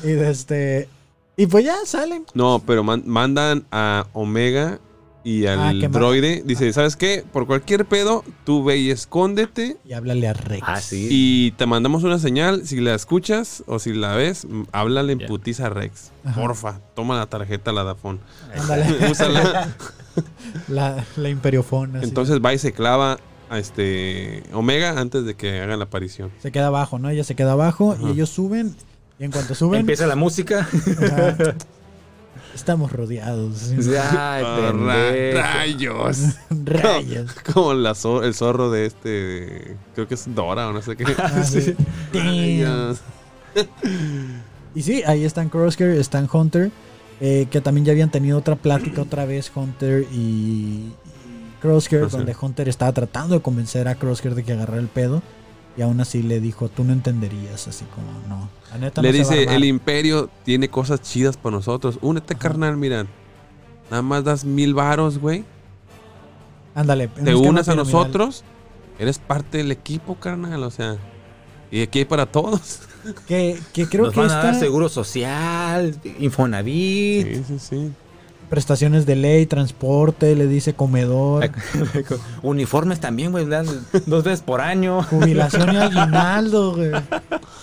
Y de este. Y pues ya salen. No, pero man- mandan a Omega y al Ah, que ma- droide. Dice, ¿sabes qué? Por cualquier pedo, tú ve y escóndete. Y háblale a Rex. Ah, sí. Y te mandamos una señal. Si la escuchas o si la ves, m- háblale en Ya. putiza a Rex. Ajá. Porfa, toma la tarjeta, la *laughs* Dafón. Ándale. Úsala. La, la imperiofona. así. Entonces va y se clava a este Omega antes de que haga la aparición. Se queda abajo, ¿no? Ella se queda abajo Ajá. y ellos suben. Y en cuanto suben, Empieza la música. *laughs* ajá, estamos rodeados. Ay, Ah, ra- ¡Rayos! *laughs* *laughs* Rayos. Como la zo- el zorro de este. Creo que es Dora o no sé qué. Ah, sí. *laughs* Damn. Rayos. Y sí, ahí están Crosshair, están Hunter, eh, que también ya habían tenido otra plática otra vez, Hunter y Crosshair, Crosshair. donde Hunter estaba tratando de convencer a Crosshair de que agarrara el pedo. Y aún así le dijo, tú no entenderías, así como no. La neta Le no se va a dice: armar". El imperio tiene cosas chidas para nosotros. Únete, carnal, mira. Nada más das mil varos, güey. Ándale, un Te esquema unas a piramidal. nosotros. Eres parte del equipo, carnal. O sea. Y aquí hay para todos. Que, que creo Nos que van a dar estas seguro social, *laughs* Infonavit. Sí, sí, sí. prestaciones de ley, transporte, le dice comedor, Uniformes también, güey. dan Dos veces *laughs* por año. jubilación y aguinaldo, güey.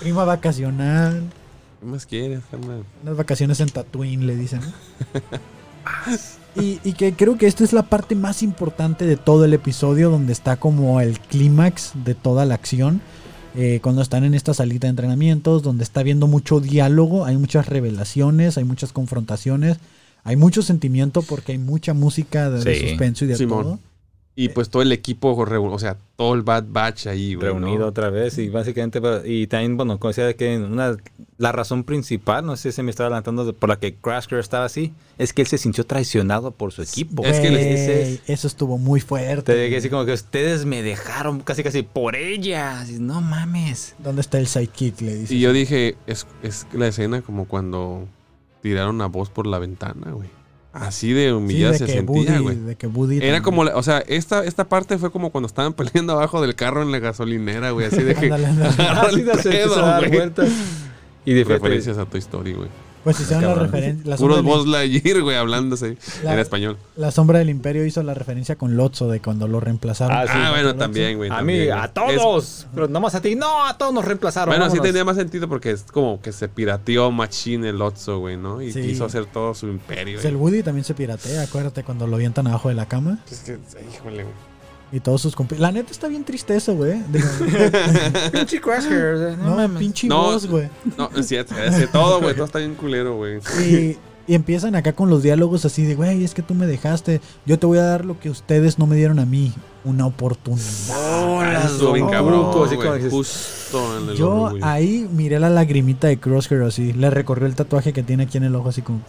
Prima vacacional. ¿Qué más quieres, carnal? Unas vacaciones en Tatooine, le dicen. y, y que creo que esta es la parte más importante de todo el episodio, donde está como el clímax de toda la acción. Eh, cuando están en esta salita de entrenamientos, donde está habiendo mucho diálogo, hay muchas revelaciones, hay muchas confrontaciones, hay mucho sentimiento porque hay mucha música de, de Sí. suspenso y de Simón. todo. Y pues todo el equipo, reú- o sea, todo el Bad Batch ahí, güey. ¿no? reunido otra vez y básicamente pero- y también bueno como decía que una la razón principal no sé si me estaba adelantando de- por la que Crasher estaba así es que él se sintió traicionado por su equipo Es que Güey, les- ese es- eso estuvo muy te fuerte. dije así como que ustedes me dejaron casi casi por ella Así, *laughs* no mames ¿Dónde está el sidekick? Le dice. Y yo dije, es, es la escena como cuando tiraron a voz por la ventana, güey. Así de Sí, humillada de, se que sentía, Buddy, güey. de que Buddy Era también. como, la- o sea, esta, esta parte fue como cuando estaban *laughs* peleando abajo del carro en la gasolinera, güey. Así de que Ándale, ándale. agarra el Así de- se pedo, empezó a dar güey. vueltas. y de frente- Referencias a tu historia, güey. Pues hicieron la Cabrón. referencia. La, sombra Puros del- Buzz Lightyear, güey, hablándose La- en español. la sombra del imperio hizo la referencia con Lotso de cuando lo reemplazaron. Ah, sí. Ah, bueno, Lotso. también, güey. a mí también, a güey. Es- todos pero nomás a ti no a todos nos reemplazaron bueno, sí vámonos. tenía más sentido porque es como que se pirateó Machine el Otso, güey, ¿no? Y Sí. quiso hacer todo su imperio. Pues el güey. Woody también se piratea, acuérdate, cuando lo avientan abajo de la cama. Es que, híjole, güey. Y todos sus compi- La neta está bien triste eso, güey. *laughs* Digo, pinche Crasher *laughs* no, no, mames. pinche No. voz, güey. No, sí, es- es que todo, güey. Todo está bien culero, güey. Y, y empiezan acá con los diálogos así de, güey, es que tú me dejaste. Yo te voy a dar lo que ustedes no me dieron a mí. Una oportunidad. Ah, estuvo bien no, cabrón, cuco, así güey, como dices- Justo en el Yo orgullo. ahí miré la lagrimita de Crosshair así. Le recorrió el tatuaje que tiene aquí en el ojo así como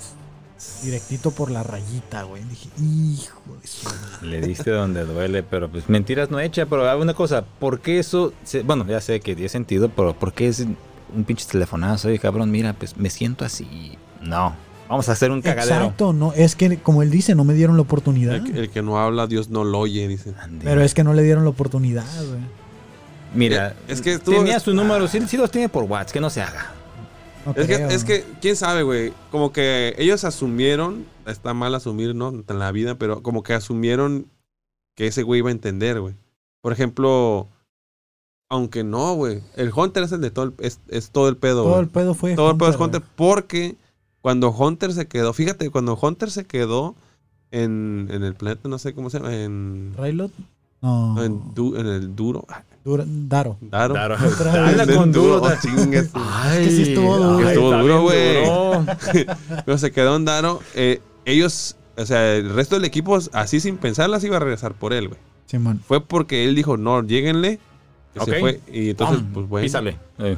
directito por la rayita, güey. Dije, hijo de su madre". Le diste donde duele, pero pues mentiras no hecha, pero hay una cosa, ¿por qué eso? se- bueno, ya sé que tiene sentido, pero ¿por qué es un pinche telefonazo? Oye, cabrón, mira, pues me siento así. No, vamos a hacer un cagadero. Exacto, no, es que como él dice, no me dieron la oportunidad. El, que- el que no habla, Dios no lo oye, dice. Ande. Pero es que no le dieron la oportunidad, güey. mira, Eh, Es que tú- tenía su número, sí, sí los tiene por WhatsApp, que no se haga. No Es que, creo. es que, quién sabe, güey. Como que ellos asumieron, está mal asumir, ¿no? En la vida, pero como que asumieron que ese güey iba a entender, güey. Por ejemplo, aunque no, güey. El Hunter es el de todo el, es, es todo el pedo, todo güey. el pedo fue Todo el pedo es güey. Hunter. Porque cuando Hunter se quedó, fíjate, cuando Hunter se quedó en, en el planeta, no sé cómo se llama, en Railot, No. No, en, du- en el duro. ah, Dura- Daro. Daro. Daro. Otra Habla En el con duro, oh, *laughs* da- chingas. Ay, que sí estuvo duro. ay, Estuvo está duro, bien güey. duro. Pero se quedó en Daro. Eh, ellos, o sea, el resto del equipo, así sin pensarlas, iba a regresar por él, güey. Simón. Fue porque él dijo, no, lléguenle. que Ok. Se fue. Y entonces, Pam, pues bueno. Písale. Eh,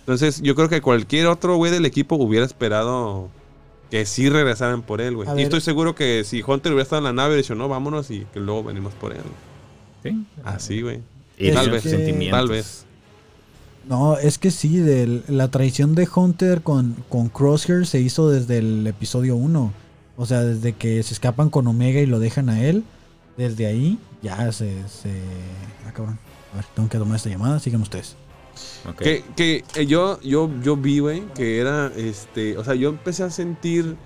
Entonces, yo creo que cualquier otro güey del equipo hubiera esperado que sí regresaran por él, güey. A Y ver. estoy seguro que si Hunter hubiera estado en la nave, hubiera dicho, no, vámonos y que luego venimos por él. Sí. Así, güey. Y ah, Tal sus vez, sentimientos. Tal vez. No, es que sí, del- la traición de Hunter con, con Crosshair se hizo desde el episodio 1. O sea, desde que se escapan con Omega y lo dejan a él, desde ahí ya se... se... Ah, cabrón. A ver, tengo que tomar esta llamada, sigan ustedes. Ok. Que, que eh, yo, yo, yo vi, güey, que era, este, o sea, yo empecé a sentir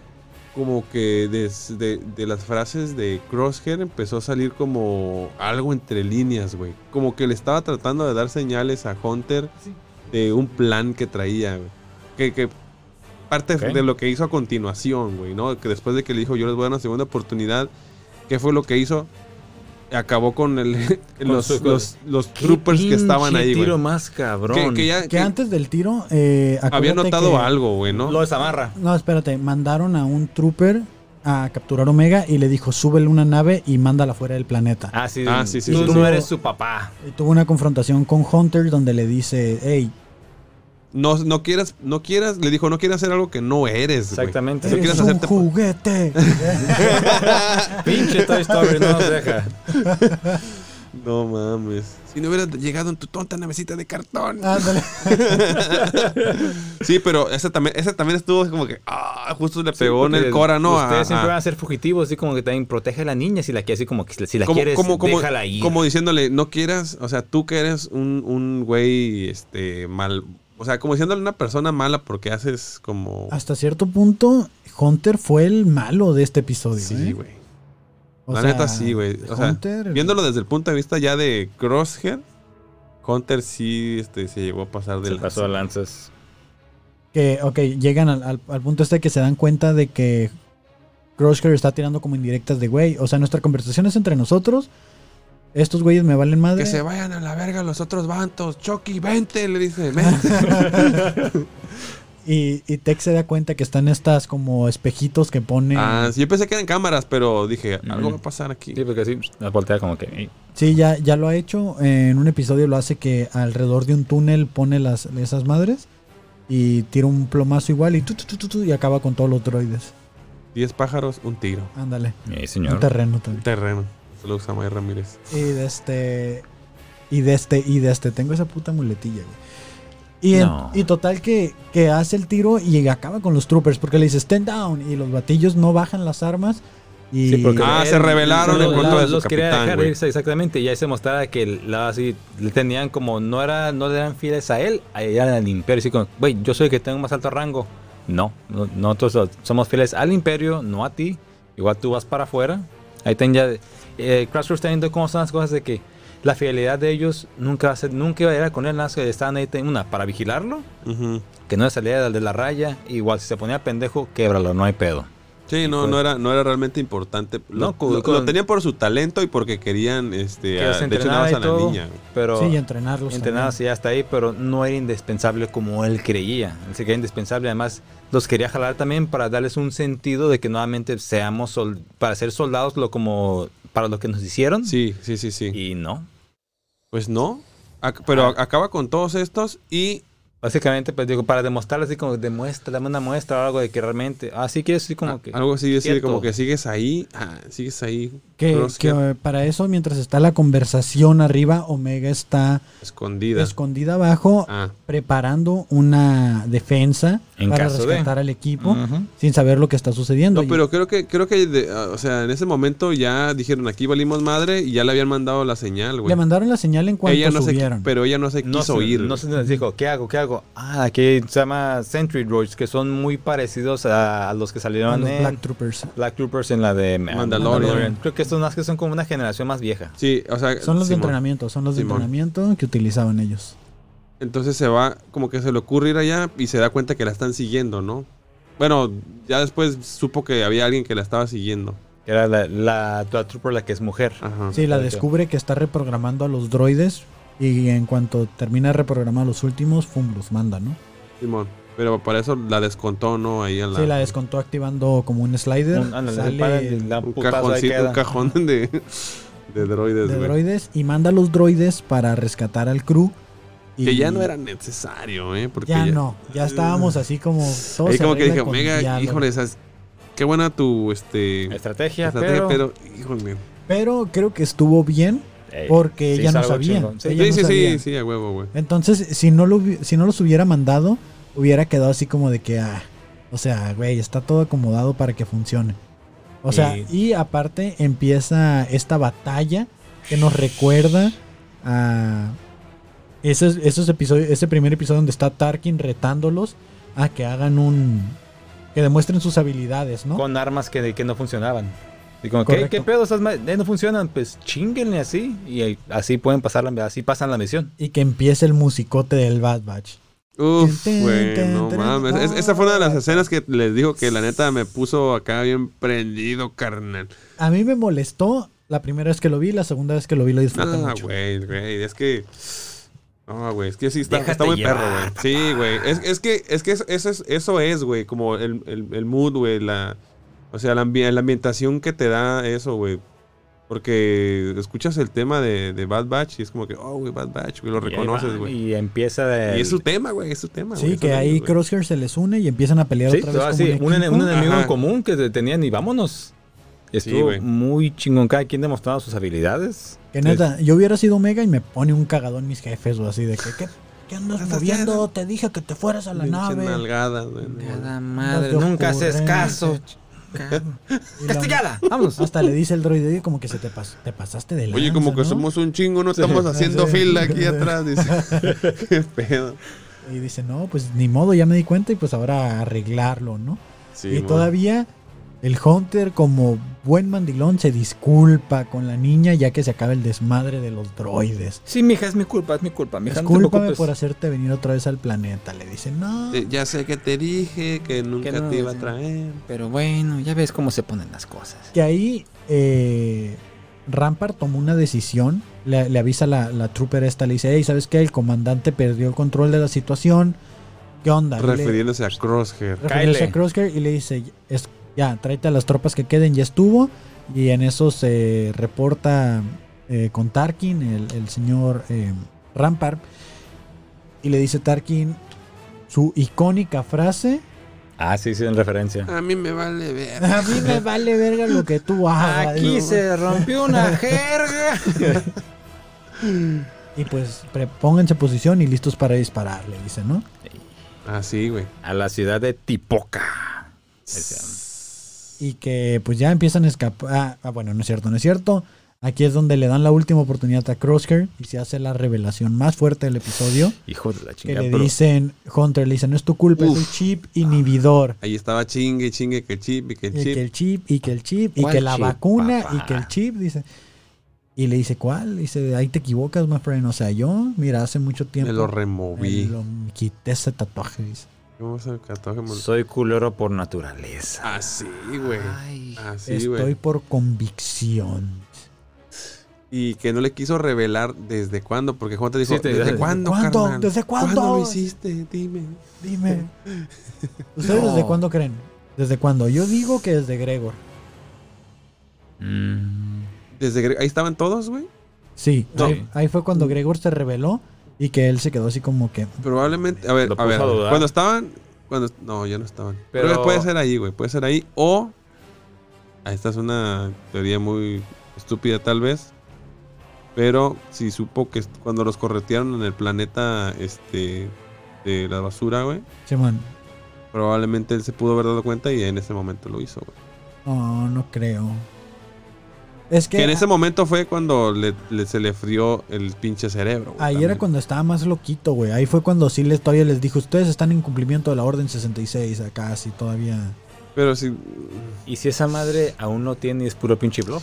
como que desde de las frases de Crosshair empezó a salir como algo entre líneas, güey. Como que le estaba tratando de dar señales a Hunter de un plan que traía, güey. Que, que parte Ok. de lo que hizo a continuación, güey, ¿no? Que después de que le dijo yo les voy a dar una segunda oportunidad, ¿qué fue lo que hizo? Acabó con el, *laughs* los, su- los, los troopers que estaban Pinche ahí, güey. tiro más Que, cabrón. que ya Que que antes del tiro... eh, había acuérdate notado que- algo, güey, ¿no? Lo desamarra. No, espérate, mandaron a un trooper a capturar Omega y le dijo, súbele una nave y mándala fuera del planeta. Ah, sí. Ah, sí, sí, Tú sí, no sí. eres su papá. Y tuvo una confrontación con Hunter donde le dice, hey, No, no quieras, no quieras, le dijo, no quieras hacer algo que no eres, güey. Exactamente. Si quieres eres un hacerte- *laughs* juguete. *laughs* Pinche Toy Story no *laughs* nos deja. No mames. Si no hubieras llegado en tu tonta navecita de cartón. Ándale. Sí, pero esa también, esa también estuvo como que, ah, justo le pegó en el Porque cora, ¿no? Ah, Ustedes A- siempre a- van a ser fugitivos, así como que también protege a la niña si la quieres, así como que si la- si la como, quieres, como, como, déjala ahí. como diciéndole, no quieras, o sea, tú que eres un, un güey, este, mal, o sea, como diciéndole a una persona mala porque haces como... Hasta cierto punto, Hunter fue el malo de este episodio. Sí, ¿eh? güey. O La sea, neta sí, güey. O sea, Hunter- viéndolo desde el punto de vista ya de Crosshair, Hunter sí este, se llegó a pasar Se del... pasó a lanzas. Que, ok, llegan al, al- al punto este que se dan cuenta de que Crosshair está tirando como indirectas de güey. O sea, nuestra conversación es entre nosotros. Estos güeyes me valen madre. Que se vayan a la verga los otros bantos. Chucky, vente, le dice. Vente. y, y Tech se da cuenta que están estas como espejitos que pone. Ah, sí, yo pensé que eran cámaras, pero dije, algo Mm. va a pasar aquí. Sí, porque así la voltea como que. "Ey". Sí, ya, ya lo ha hecho. En un episodio lo hace que alrededor de un túnel pone las, esas madres y tira un plomazo igual y, tu, tu, tu, tu, tu, y acaba con todos los droides. 10 pájaros, un tiro. Ándale, Ey, un señor. terreno Un también. terreno. Se lo usa May Ramírez. Y de este. Y de este, y de este. Tengo esa puta muletilla, güey. Y, en- No. y total que, que hace el tiro y acaba con los troopers porque le dice stand down y los batillos no bajan las armas. Y Sí, porque Ah, él- se rebelaron los- en contra de los- su los quería capitán, dejar güey. irse, exactamente. Y ahí se mostraba que la, así, le tenían como. No, era, no le eran fieles a él, a ella al imperio. Así como, güey, yo soy el que tengo más alto rango. No, no- nosotros somos fieles al imperio, no a ti. Igual tú vas para afuera. Ahí ten ya. Eh, Crash está viendo cómo son las cosas de que la fidelidad de ellos nunca va a ser, nunca iba a ir con él. Nada más que estaban ahí, ten- una, para vigilarlo, Ujú. que no le saliera de la raya. Igual, si se ponía pendejo, québralo, no hay pedo. Sí, no, no era, no era realmente importante. Lo, pues No, con- lo- lo con- tenían por su talento y porque querían, este, Que a- se de hecho, nada más a entrenaba y la todo, niña. güey. Pero Sí, y entrenarlos. entrenados y ya está ahí, pero no era indispensable como él creía. Él se creía indispensable, además los quería jalar también para darles un sentido de que nuevamente seamos, sol- para ser soldados lo como para lo que nos hicieron. Sí, sí, sí, sí. Y Ah. no. Pues no. Ac- pero ac- acaba con todos estos y Básicamente, pues digo, para demostrarles así como, demuestra, dame una muestra o algo de que realmente, ah, así que así como a- que... Ah, algo así decir quieto. como que sigues ahí, ah, sigues ahí Que, Crosshair, que, eh, para eso, mientras está la conversación arriba, Omega está escondida. escondida abajo, Ah, preparando una defensa En para caso de- rescatar al equipo Ujú. sin saber lo que está sucediendo. no, pero creo que creo que de- ah, o sea, en ese momento ya dijeron aquí valimos madre y ya le habían mandado la señal, Y güey. le mandaron la señal en cuanto Ella no se qui- subieron. pero ella no se No quiso se- ir. No se nos dijo, ¿qué hago? ¿Qué hago? Ah, aquí se llama Sentry Droids, que son muy parecidos a, a los que a salieron los en Black Troopers. Black Troopers en la de Mandalorian. Creo que estos más que son como una generación más vieja. Sí, o sea, Son los de Simón. entrenamiento, son los de Simón. entrenamiento que utilizaban ellos. Entonces se va, como que se le ocurre ir allá y se da cuenta que la están siguiendo, ¿no? Bueno, ya después supo que había alguien que la estaba siguiendo. Que que era la, la, la trooper la que es mujer. Ajá. Sí, la Correcto. descubre que está reprogramando a los droides y en cuanto termina de reprogramar a los últimos, fum, los manda, ¿no? Simón. Pero para eso la descontó, ¿no? Ahí en la. Sí, la descontó activando como un slider. Un- ándale, sale le paran y de la un putazo ahí cajoncito, queda. un cajón de, de droides, güey. droides y manda a los droides para rescatar al crew. y- Que ya no era necesario, ¿eh? Porque Ya, no, ya estábamos así como todos. Ahí como que dije, Omega, híjole, esas- qué buena tu este, Estrategia, estrategia, pero... pero, híjole. Pero creo que estuvo bien Ey, porque sí, ella es no algo sabía. chingón. Sí, ella Sí, no sí, sí, sabía. sí, a huevo, güey. Entonces, si no, lo, hubi- si no los hubiera mandado, hubiera quedado así como de que, ah, o sea, güey, está todo acomodado para que funcione. O sea, Y- y aparte empieza esta batalla que nos recuerda a esos, esos episodios, ese primer episodio donde está Tarkin retándolos a que hagan un... que demuestren sus habilidades, ¿no? con armas que, que no funcionaban. Y como, ¿qué, Correcto. ¿qué pedo? Esas ma- eh, no funcionan. Pues chinguenle así. Y ahí- así pueden pasar la, así pasan la misión. Y que empiece el musicote del Bad Batch. Uf, Ten, güey, ten, no ten, mames. ten. Es- esa fue una de las escenas que les digo que la neta me puso acá bien prendido, carnal. A mí me molestó la primera vez que lo vi, la segunda vez que lo vi lo disfruté Ah, mucho. güey, güey, es que... No, güey, es que sí, está, Déjate está muy llevar, perro, güey. Sí, güey. Es, es que, es que eso, eso es, eso es, güey, como el, el, el mood, güey, la... O sea, la, ambi- la ambientación que te da eso, güey. Porque escuchas el tema de, de Bad Batch y es como que, oh, güey, Bad Batch, güey, lo Y ahí reconoces, van, güey. Y empieza. Y el- es su tema, güey, es su tema, Sí, Ah, güey, es que su ahí tema, güey. Crosshair se les une y empiezan a pelear Sí, otra vez todo como así, un un, ene- equipo. un enemigo Ajá. en común que te- tenían y vámonos. Y Estuvo güey. muy chingón. Cada quien demostraba sus habilidades. Que neta, yo hubiera sido Omega y me pone un cagadón mis jefes o así de que, ¿qué, qué andas moviendo? Te dije que te fueras a la Pinche nave. nalgada, güey. madre, nunca haces caso, Y la- *laughs* Castigada. Vámonos. hasta le dice el droide, "Oye, como que se te, pas- te pasaste de Oye, como que lanza, ¿no?" somos un chingo, no estamos haciendo Sí. fila *laughs* aquí atrás, dice. *laughs* Qué pedo. Y dice, no, pues ni modo, ya me di cuenta y pues ahora a arreglarlo, ¿no? Sí, y mo. todavía el Hunter, como buen mandilón, se disculpa con la niña ya que se acaba el desmadre de los droides. Sí, mija, es mi culpa, es mi culpa. Mija, no te Discúlpame preocupes. por hacerte venir otra vez al planeta. Le dice, no. Te- Eh, Ya sé que te dije que nunca no, te iba a sí. traer. Pero bueno, ya ves cómo se ponen las cosas. Que ahí eh, Rampart tomó una decisión. Le, le avisa la, la trooper esta, le dice, hey, ¿sabes qué? El comandante perdió el control de la situación. ¿Qué onda? Le- Refiriéndose a Crosshair. refiriéndose a Kyle. Crosshair y le dice, es, ya, tráete a las tropas que queden, ya estuvo. Y en eso se reporta eh, con Tarkin, el, el señor eh, Rampart. Y le dice Tarkin su icónica frase. Ah, sí, sí, en referencia. A mí me vale ver. *laughs* A mí *laughs* me vale verga lo que tú hagas. Aquí digo. se rompió *laughs* una jerga. Y pues pre- pónganse en posición y listos para disparar, le dice, ¿no? Ah, sí, güey. A la ciudad de Tipoca. Ese- Y que pues ya empiezan a escapar. Ah, ah, bueno, no es cierto, no es cierto. Aquí es donde le dan la última oportunidad a Crosshair y se hace la revelación más fuerte del episodio. Hijo de la Que chingada. le pero- dicen, Hunter, le dicen, no es tu culpa, es Uf. el chip inhibidor. Ah, Ahí estaba chingue, y chingue, que el chip y que el Y que chip. el chip, y que el chip, y ¿Cuál que la chip, vacuna, papá? y que el chip, dice. Y le dice, ¿cuál? Dice, ahí te equivocas, my friend. O sea, yo, mira, hace mucho tiempo. Me lo removí. me lo quité ese tatuaje, dice. Vamos al tatuaje, mon- Soy culero por naturaleza. Así, güey. Así, Estoy güey. por convicción. Y que no le quiso revelar desde cuándo, porque Juan te dijo, Sí, te- ¿desde ¿desde cuándo, cuándo? carnal? ¿Desde cuándo? lo hiciste? Dime. Dime. ¿Ustedes No. desde cuándo creen? ¿Desde cuándo? Yo digo que desde Gregor. Mm. Desde que- ahí estaban todos, güey. Sí, No. ahí, ahí fue cuando Gregor se reveló y que él se quedó así como que. Probablemente, a ver, Lo a ver, puso a dudar. cuando estaban, cuando no, ya no estaban. Pero Pero- puede ser ahí, güey, puede ser ahí o ah, esta es una teoría muy estúpida tal vez, pero si supo que est- cuando los corretearon en el planeta este de la basura, güey, Simón, probablemente él se pudo haber dado cuenta y en ese momento lo hizo, güey. no, no creo. Es que. Que en ese a- momento fue cuando le, le- se le frió el pinche cerebro. güey, Ahí también. Ah, era cuando estaba más loquito, güey. Ahí fue cuando sí les, todavía les dijo, ustedes están en cumplimiento de la Orden 66, acá sí todavía. Pero sí, Y si esa madre aún no tiene, es puro pinche bluff.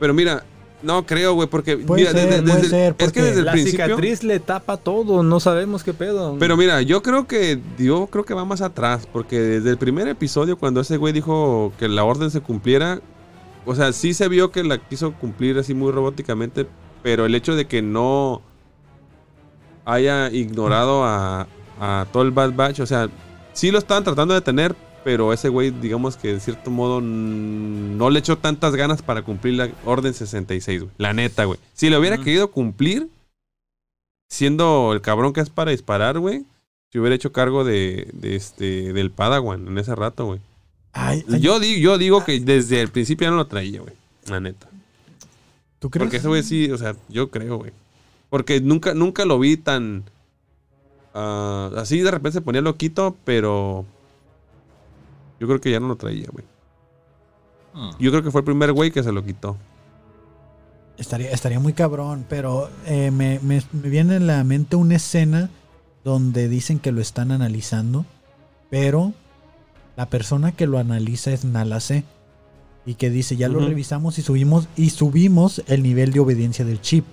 pero mira, no creo, güey, porque Puede mira, ser, desde- puede desde- ser, es que porque desde el La principio cicatriz le tapa todo, no sabemos qué pedo. Pero mira, yo creo que yo creo que va más atrás, porque desde el primer episodio cuando ese güey dijo que la orden se cumpliera, o sea, sí se vio que la quiso cumplir así muy robóticamente, pero el hecho de que no haya ignorado a, a todo el Bad Batch, o sea, sí lo estaban tratando de tener, pero ese güey, digamos que de cierto modo mm, no le echó tantas ganas para cumplir la Orden 66, güey. La neta, güey. Si lo hubiera Ujú. querido cumplir, siendo el cabrón que es para disparar, güey, se hubiera hecho cargo de, de este, del Padawan en ese rato, güey. Ay, ay, Yo, di- yo digo que desde el principio ya no lo traía, güey. La neta. ¿Tú crees? Porque ese güey sí, o sea, yo creo, güey. Porque nunca, nunca lo vi tan. ah, así de repente se ponía loquito, pero. Yo creo que ya no lo traía, güey. Yo creo que fue el primer güey que se lo quitó. Estaría, estaría muy cabrón, pero eh, me, me- me viene a la mente una escena donde dicen que lo están analizando, pero la persona que lo analiza es Nala C. Y que dice, ya lo Ujú. revisamos y subimos, y subimos el nivel de obediencia del chip.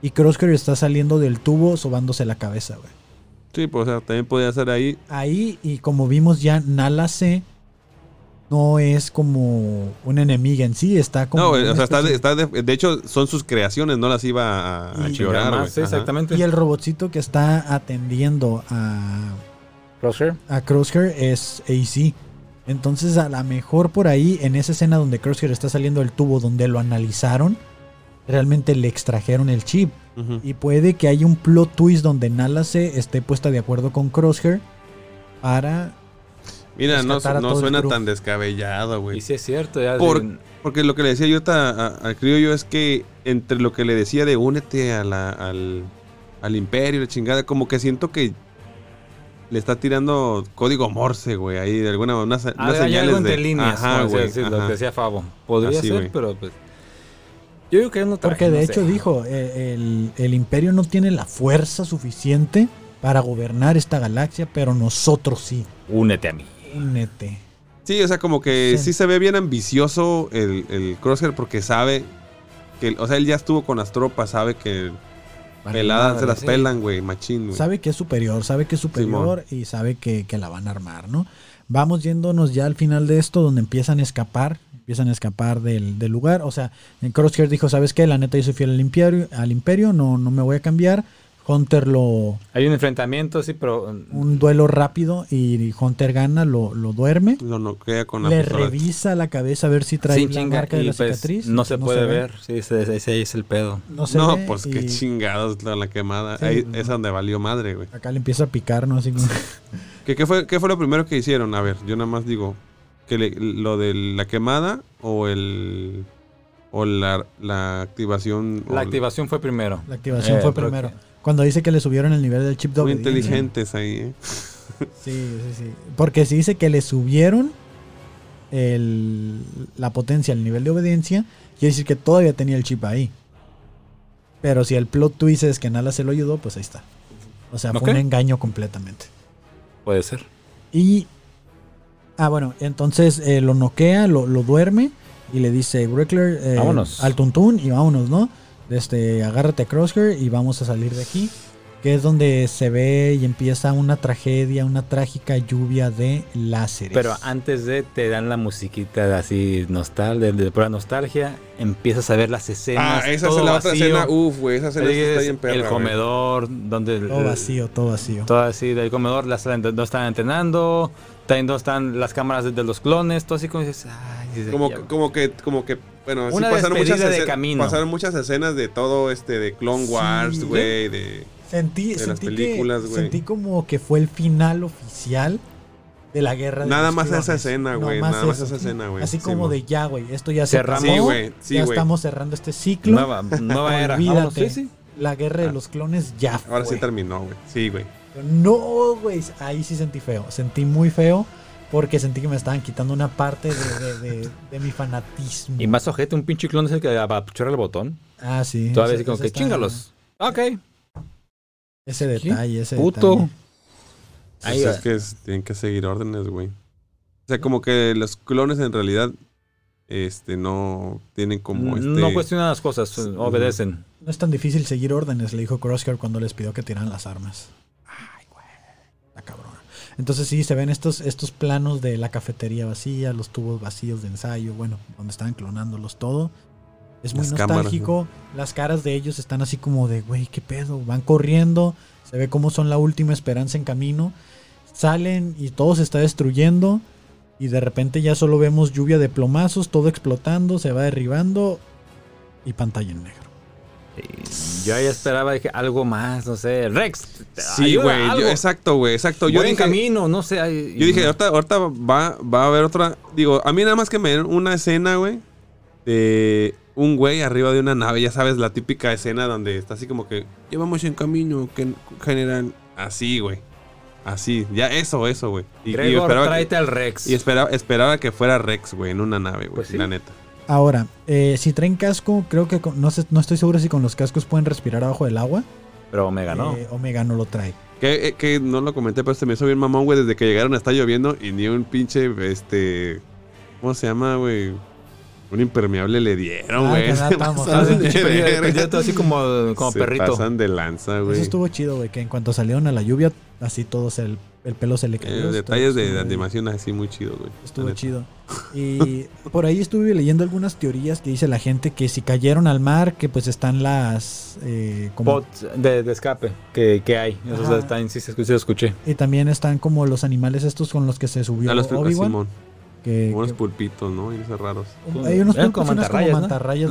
Y Crosshair está saliendo del tubo sobándose la cabeza, güey. Sí, pues, o sea, también podía ser ahí. Ahí, y como vimos ya, Nala C no es como una enemiga en sí, está como... No, güey, o una sea, está, *laughs* de, especie- está de, de hecho, son sus creaciones, no las iba a, a Y- llorar, güey. Jamás, sí, Ajá. exactamente. Y el robotcito que está atendiendo a, Crosshair. a Crosshair es AC. Entonces, a lo mejor por ahí, en esa escena donde Crosshair está saliendo del tubo, donde lo analizaron, realmente le extrajeron el chip. Ujú. Y puede que haya un plot twist donde Nala se esté puesta de acuerdo con Crosshair para. Mira, no, rescatar a no todo el suena crew. tan descabellado, güey. Y sí es cierto, ya Por- de- Porque lo que le decía yo ahorita a- al criollo es que entre lo que le decía de únete a la- al, al imperio, la chingada, como que siento que le está tirando código morse, güey, ahí de alguna unas, Ah, unas hay algo señales entre de líneas, Ajá, como güey. decía- sí, lo ajá. que decía Fabo. Podría Así, ser, güey. pero pues yo digo que él no trae, Porque de no hecho sé. dijo: eh, el, el Imperio no tiene la fuerza suficiente para gobernar esta galaxia, pero nosotros sí. Únete a mí. Únete. Sí, o sea, como que Sí. sí, se ve bien ambicioso el, el Crosshair porque sabe que, o sea, él ya estuvo con las tropas, sabe que Vale, peladas se madre, las sí. pelan, güey, machín, güey. Sabe que es superior, sabe que es superior y sabe que, que la van a armar, ¿no? Vamos yéndonos ya al final de esto, donde empiezan a escapar, empiezan a escapar del, del lugar. O sea, en Crosshair dijo, ¿sabes qué? La neta, yo soy fiel al imperio, al imperio no, no me voy a cambiar. Hunter lo... Hay un enfrentamiento, sí, pero mm, Un duelo rápido y Hunter gana, lo, lo duerme. Lo noquea con la Le pistola. revisa la cabeza a ver si trae sin la chinga, marca de y, la pues, cicatriz. no se puede ve, ver, sí, ese, ese es el pedo. No, se No, ve pues y qué chingados la, la quemada. Sí, Ahí no. es donde valió madre, güey. Acá le empieza a picar, ¿no? *laughs* Así como... ¿Qué, qué fue, qué fue lo primero que hicieron? A ver, yo nada más digo, que le- lo de la quemada o el o la, la activación. o La activación fue primero. La activación Eh, fue pero primero. Cuando dice que le subieron el nivel del chip de Muy obediencia. inteligentes ahí, ¿eh? Sí, sí, sí. Porque si dice que le subieron el- la potencia, el nivel de obediencia, quiere decir que todavía tenía el chip ahí. Pero si el plot twist es que Nala se lo ayudó, pues ahí está. O sea, Ok. fue un engaño completamente. Puede ser. Y. Ah, bueno, entonces eh, lo noquea, lo, lo duerme y le dice Wreckler eh, Vámonos. al tuntún y vámonos, ¿no? Este, agárrate a Crosshair y vamos a salir de aquí. Que es donde se ve y empieza una tragedia, una trágica lluvia de láseres. Pero antes de te dan la musiquita de así nostal, de, de pura nostalgia, empiezas a ver las escenas. Ah, esa es todo la otra vacío. escena. Uf, güey, esa escena Ahí está es bien perra. el güey. comedor donde el- Todo vacío, todo vacío. todo así del comedor, las no están entrenando, también no están las cámaras de, de los clones, todo así como dices, ay, dices, Como, ya, que- como que, como que, bueno, sí Una pasaron muchas, despedida de escenas- camino. pasaron muchas escenas de todo este, de Clone Sí. Wars, güey, de... Sentí, de las sentí, que- películas, güey. sentí como que fue el final oficial de la guerra de Nada los más esa clones. escena, No, güey, nada más eso. esa escena, güey. Así Sí, como güey. de ya, güey. Esto ya Cerramos. se Sí, acabó, güey, sí, ya güey. estamos cerrando este ciclo. nueva, nueva era. Olvídate. Vámonos, sí, sí. La guerra Ah. de los clones ya fue. Ahora sí terminó, güey. Sí, güey. No, güey. Ahí sí sentí feo. Sentí muy feo porque sentí que me estaban quitando una parte de, de- de- de mi fanatismo. Y más ojete, un pinche clon es el que apachurra el botón. Ah, sí. Todavía ese- así como ese que está- chingalos. Ok. Ese detalle, ese Puto. detalle. Pues Ahí es va. que es- tienen que seguir órdenes, güey. O sea, como que los clones en realidad este no tienen como este No cuestionan las cosas, obedecen. No es tan difícil seguir órdenes, le dijo Crosshair cuando les pidió que tiraran las armas. Ay, güey. La cabrona. Entonces sí, se ven estos, estos planos de la cafetería vacía, los tubos vacíos de ensayo, bueno, donde estaban clonándolos todo. Es muy Las cámaras, nostálgico. Las caras de ellos están así como de, güey, qué pedo. Van corriendo, se ve cómo son la última esperanza en camino. Salen y todo se está destruyendo. Y de repente ya solo vemos lluvia de plomazos, todo explotando, se va derribando y pantalla en negro. Sí, Yo ahí esperaba dije, algo más, no sé. Rex, Sí, güey. yo- Exacto, güey. Exacto. Yo Yo en dije, camino, no sé. ay, yo dije no. ahorita, ahorita va, va a haber otra. Digo, a mí nada más que me den una escena, güey, de un güey arriba de una nave. Ya sabes, la típica escena donde está así como que llevamos en camino, que general. Así, güey. Así. Ya eso, eso, güey. Y, y Gregor, esperaba, tráete que, al Rex. y esperaba, esperaba que fuera Rex, güey, en una nave, güey. Pues sí. La neta. Ahora, eh, si traen casco, creo que con- no, sé- no estoy seguro si con los cascos pueden respirar abajo del agua. Pero Omega no. *laughs* Eh, Omega no lo trae. Que, eh, que no lo comenté, pero se me hizo bien mamón, güey. Desde que llegaron está lloviendo y ni un pinche, este... ¿Cómo se llama, güey? Un impermeable le dieron, Ah, güey. que *laughs* nada, Se estamos- pasaron de Pinche perrito, verga. perrito, así como, como Se perrito. pasan de lanza, güey. Eso estuvo chido, güey, que en cuanto salieron a la lluvia, así todos el, el pelo se le Eh, cayó. los Estuvo- detalles de, estuvo- de animación así muy chido, güey. Estuvo La neta. *laughs* chido. Y por ahí estuve leyendo algunas teorías que dice la gente que si cayeron al mar, que pues están las... eh, como- Pot de, de escape que, que hay. Eso Ajá. está, sí, se escucha, se escuché. y también están como los animales estos con los que se subió A Ah, los pulpos, Obi-Wan. Simón. que- Unos que- pulpitos, ¿no? Y esos raros. hay unos Eran pulpos, como unas como mantarrayas, ¿no?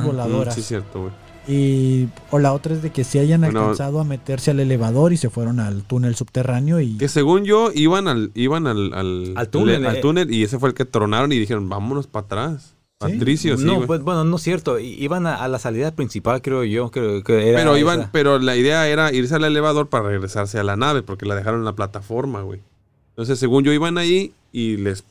mantarrayas Ujú. Mm, voladoras. sí, cierto, güey. Y, o la otra es de que si hayan Bueno, alcanzado a meterse al elevador y se fueron al túnel subterráneo y... Que según yo iban al iban al, al, Al túnel, le- al eh. túnel y ese fue el que tronaron y dijeron, vámonos para atrás. ¿Sí? Patricio, sí, no, güey. pues bueno, no es cierto. I- Iban a, a la salida principal, creo yo. Creo que era Pero esa. iban, pero la idea era irse al elevador para regresarse a la nave, porque la dejaron en la plataforma, güey. Entonces, según yo, iban ahí y les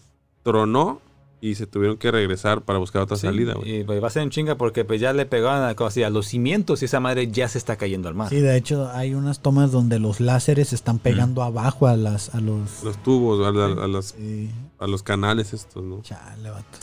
tronó y se tuvieron que regresar para buscar otra Sí, salida, güey. Y pues, va a ser un chinga porque pues ya le pegaban a, como así, a los cimientos y esa madre ya se está cayendo al mar. Sí, de hecho hay unas tomas donde los láseres están pegando abajo a las a los Los tubos, a, la- a las- sí, a los canales estos, ¿no? chale, vato.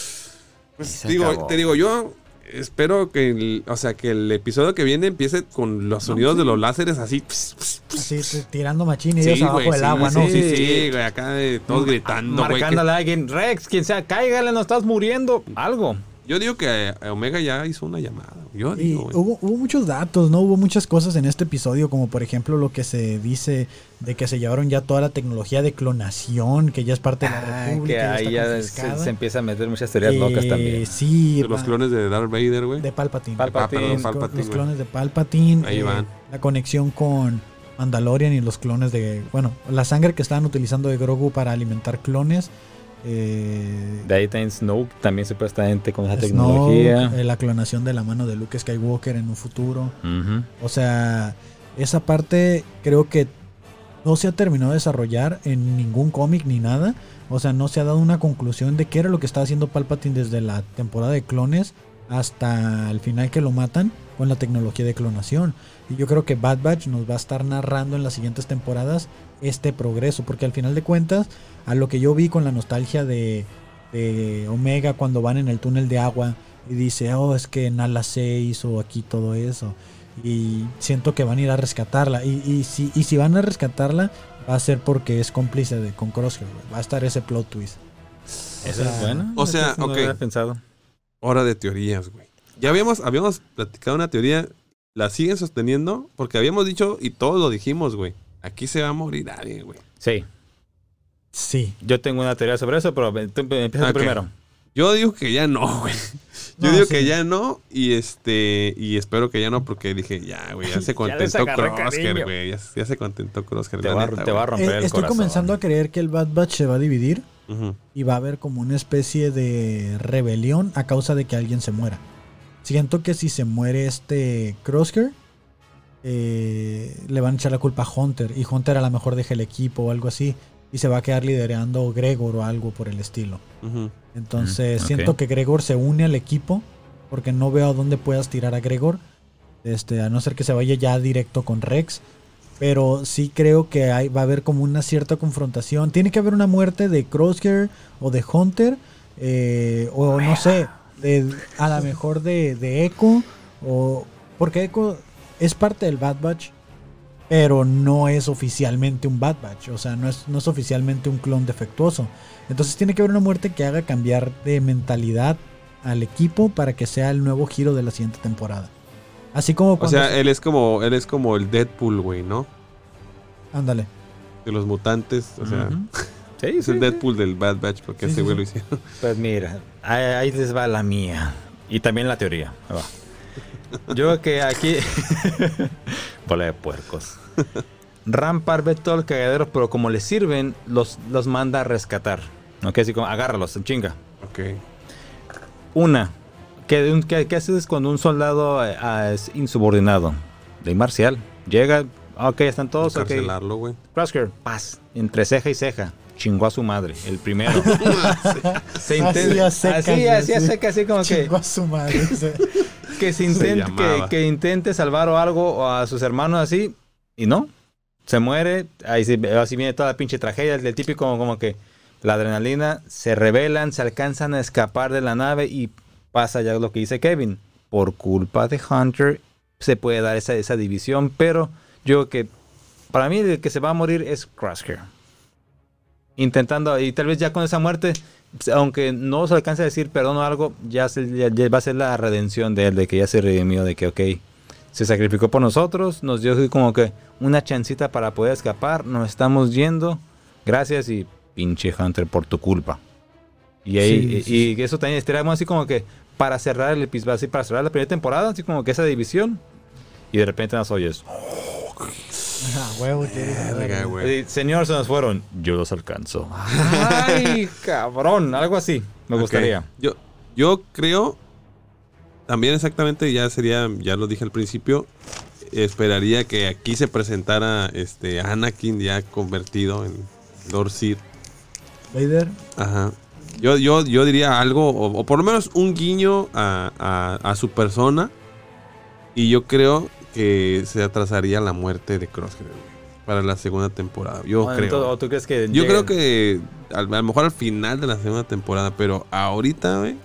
Y Pues se digo, acabó. te digo, yo espero que el, o sea, que el episodio que viene empiece con los sonidos de los láseres así. pss, pss, pss. Así t- tirando machín y ellos Sí, abajo güey, del sí, agua, sí, ¿no? Sí, sí, güey, acá eh, todos gritando, güey. que- Marcándole a alguien, Rex, quien sea, cáigale, no estás muriendo. Algo. Yo digo que eh, Omega ya hizo una llamada. Yo Y digo, güey. hubo, hubo muchos datos, ¿no? Hubo muchas cosas en este episodio, como por ejemplo lo que se dice de que se llevaron ya toda la tecnología de clonación, que ya es parte de la Ah, República. que ya está ahí ya se, confiscada. se empieza a meter muchas teorías Eh, locas también. Sí, De los pa- clones de Darth Vader, güey. de Palpatine. Palpatine, Ah, perdón, los Palpatine, los güey. clones de Palpatine. eh, Ahí van. La conexión con Mandalorian y los clones de. Bueno, la sangre que estaban utilizando de Grogu para alimentar clones. eh, De ahí también Snoke también supuestamente con esa Snoke, tecnología. eh, la clonación de la mano de Luke Skywalker en un futuro. Ujú. O sea, esa parte creo que no se ha terminado de desarrollar en ningún cómic ni nada. O sea, no se ha dado una conclusión de qué era lo que estaba haciendo Palpatine desde la temporada de clones hasta el final que lo matan con la tecnología de clonación. Y yo creo que Bad Batch nos va a estar narrando en las siguientes temporadas este progreso. Porque al final de cuentas, a lo que yo vi con la nostalgia de, de Omega cuando van en el túnel de agua y dice, oh, es que en ala 6 o aquí todo eso. Y siento que van a ir a rescatarla. Y, y si, y si van a rescatarla, va a ser porque es cómplice de, con Crosshair. güey. Va a estar ese plot twist. Eso es bueno. o sea, no ok. había pensado. Hora de teorías, güey. Ya habíamos, habíamos platicado una teoría, la siguen sosteniendo, porque habíamos dicho, y todos lo dijimos, güey. Aquí se va a morir alguien, güey. Sí, Sí. yo tengo una teoría sobre eso, pero tú empieza tú Ok. primero. Yo digo que ya no, *laughs* güey. Yo No, digo sí. que ya no, y este, y espero que ya no, porque dije, ya, güey, ya se contentó agarré Crosshair, cariño. güey. Ya, ya se contentó Crosshair. Te la va, a- neta, te va a romper Eh, el estoy corazón. comenzando a creer que el Bad Batch se va a dividir güey. Ujú. y va a haber como una especie de rebelión a causa de que alguien se muera. Siento que si se muere este Crosshair, eh, le van a echar la culpa a Hunter. Y Hunter a lo mejor deja el equipo o algo así. Y se va a quedar liderando Gregor o algo por el estilo. Ujú. Entonces Mm, ok. siento que Gregor se une al equipo porque no veo a dónde puedas tirar a Gregor. Este, a no ser que se vaya ya directo con Rex. Pero sí creo que hay- va a haber como una cierta confrontación. Tiene que haber una muerte de Crosshair o de Hunter. eh, o no sé, de- a lo mejor de, de Echo. O, porque Echo es parte del Bad Batch. pero no es oficialmente un Bad Batch, o sea, no es, no es oficialmente un clon defectuoso. Entonces tiene que haber una muerte que haga cambiar de mentalidad al equipo para que sea el nuevo giro de la siguiente temporada. Así como O cuando... sea, él es como, él es como el Deadpool, güey, ¿no? Ándale. De los mutantes. O sea, Ujú. *laughs* Sí, es el sí, sí. Deadpool del Bad Batch, porque Sí, ese sí, güey sí. lo hicieron. *laughs* Pues mira, ahí, ahí les va la mía. Y también la teoría. Ahí va. Yo creo que aquí. *laughs* Bola de puercos. Rampart ve todo el cagadero, pero como les sirven, los, los manda a rescatar. Ok, así como agárralos, chinga. Ok. Una, ¿qué, de un- qué- qué haces cuando un soldado eh, ah, es insubordinado? De marcial. Llega, ok, están todos, ok. Carcelarlo, *laughs* güey. Crosshair, paz, entre ceja y ceja. Chingó a su madre, *laughs* el primero. se Así intenta, a así, secas, así, así. a secas, así *laughs* como que, Chingó a su madre. o sea, que, se intente, Se que, llamaba. que intente salvar o algo o a sus hermanos así, y no. Se muere, ahí sí- así viene toda la pinche tragedia, el típico como que la adrenalina, se rebelan, se alcanzan a escapar de la nave y pasa ya lo que dice Kevin. Por culpa de Hunter se puede dar esa, esa división, pero yo creo que para mí el que se va a morir es Crosshair. Intentando, y tal vez ya con esa muerte, pues, aunque no se alcance a decir perdón o algo, ya, se- ya- ya va a ser la redención de él, de que ya se redimió, de que, ok, se sacrificó por nosotros, nos dio así como que una chancita para poder escapar, nos estamos yendo, gracias y pinche Hunter por tu culpa. Y ahí, Sí, y- sí, y eso también estaría bueno así como que para cerrar el episodio, así para cerrar la primera temporada, así como que esa división, y de repente nos oyes. ah, huevo, qué Verga, güey. Eh, Señor, se nos fueron. Yo los alcanzo. Ay, cabrón. Algo así. Me Ok. gustaría. Yo, yo creo. También exactamente, ya sería, ya lo dije al principio. Esperaría que aquí se presentara este Anakin ya convertido en Lord Sith. Vader. Ajá. Yo, yo, yo diría algo, o, o por lo menos un guiño a, a- a su persona. Y yo creo que se atrasaría la muerte de Crosshair güey, para la segunda temporada. Yo O creo. ento- ¿O tú crees que.? yo lleguen- creo que al- a, lo mejor al final de la segunda temporada, pero ahorita, güey.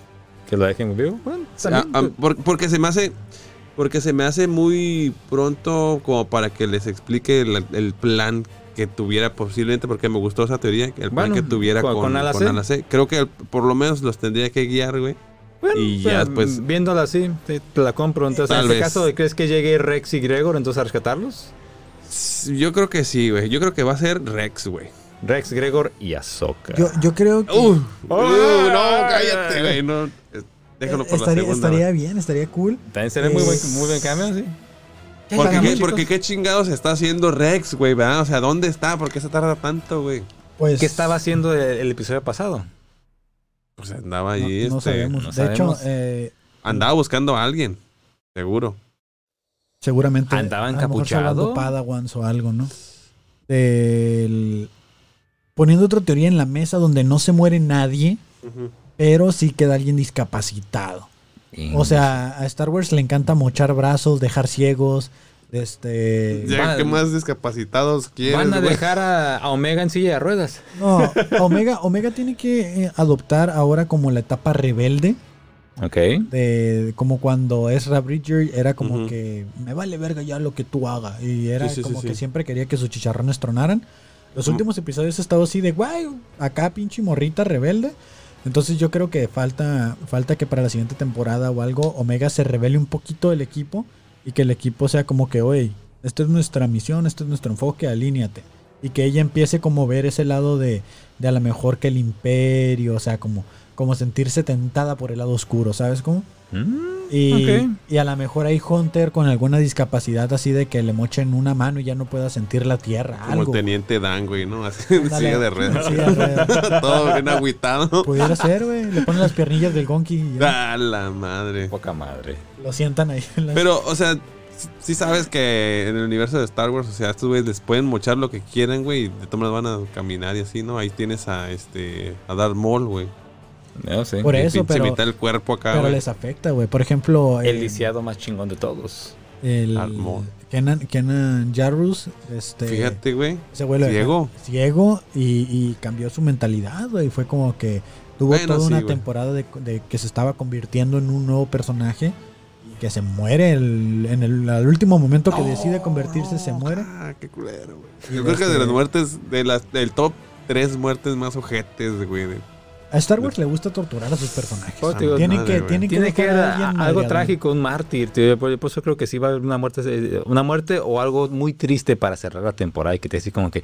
Que lo dejen vivo. Bueno, también, a- a- Ah, por- porque se me hace. Porque se me hace muy pronto como para que les explique el, el plan que tuviera posiblemente, porque me gustó esa teoría, que el plan Bueno, que tuviera con- con, con ala con C. ala C. Creo que por lo menos los tendría que guiar, güey. bueno, y o sea, ya, pues- Viéndola así, te, te la compro. Entonces, Tal en este vez. caso, ¿crees que llegue Rex y Gregor entonces a rescatarlos? Yo creo que sí, güey. Yo creo que va a ser Rex, güey. Rex, Gregor y Azoka. Yo, yo creo que Uh, Ah. uh, no, cállate, güey. No, eh, déjalo por estaría, la segunda. estaría güey. bien, estaría cool. También sería muy buen, muy buen cambio, sí. Porque, Estamos, qué, porque qué chingados está haciendo Rex, güey, ¿verdad? O sea, ¿dónde está? ¿Por qué se tarda tanto, güey? Pues, ¿Qué estaba haciendo el, el episodio pasado? Pues andaba no, ahí, no este, sabemos. no de sabemos. hecho, eh, andaba buscando a alguien, seguro. seguramente Andaba a lo mejor encapuchado. salvando Padawans o algo, ¿no? Del- poniendo otra teoría en la mesa donde no se muere nadie, pero sí queda alguien discapacitado. O sea, a Star Wars le encanta mochar brazos, dejar ciegos, este Ya, Van- ¿qué más discapacitados quieres, Van a güey? dejar a, a Omega en silla de ruedas. No, Omega, Omega tiene que eh, adoptar ahora como la etapa rebelde, Ok. de como cuando Ezra Bridger era como Ujú. que me vale verga ya lo que tú hagas. Y era Sí, sí, sí, como sí. que siempre quería que sus chicharrones tronaran. Los Mm. últimos episodios he estado así de guay, acá pinche morrita rebelde. Entonces yo creo que falta, falta que para la siguiente temporada o algo, Omega se revele un poquito del equipo y que el equipo sea como que, oye, esta es nuestra misión, este es nuestro enfoque, alíñate. Y que ella empiece como a ver ese lado de, de a lo mejor que el imperio, o sea, como, como sentirse tentada por el lado oscuro, ¿sabes cómo? Mm, Y, Ok. y a lo mejor hay Hunter con alguna discapacidad así de que le mochen una mano y ya no pueda sentir la tierra. Como el algo. teniente Dan, güey, ¿no? Así en *laughs* Ándale, silla de en ruedas. silla de *laughs* ruedas. Todo bien agüitado. *laughs* Pudiera ser, güey. Le ponen las piernillas del Gonki y ya A la madre. Poca madre. lo sientan ahí. en las- Pero, o sea, sí- sí sabes que en el universo de Star Wars, o sea, estos güeyes les pueden mochar lo que quieran, güey, y de todas maneras van a caminar y así, ¿no? Ahí tienes a este a Darth Maul, güey. No sé. Por Que eso, pinche pero, mitad del cuerpo acá, *laughs* pero güey. les afecta, güey. Por ejemplo, El eh, lisiado más chingón de todos. el Armó. Kenan, Kenan Jarrus, este, Fíjate, güey. ese güey lo dejó ciego. ciego y, y cambió su mentalidad, güey. Fue como que tuvo Bueno, toda sí, una güey. temporada de, de que se estaba convirtiendo en un nuevo personaje que se muere el- en el al último momento que decide convertirse, se muere. Ah, qué culero, güey. Yo creo que de las muertes, de las, del top tres muertes más ojetes, güey. de- A Star Wars le gusta torturar a sus personajes. Pues, tío, Tienen madre, que, güey. tienen Tiene que dejar haber a a- alguien algo madreador. trágico, un mártir. tío. Yo Por, por eso creo que sí va a haber una muerte, eh, una muerte o algo muy triste para cerrar la temporada y que te decís como que,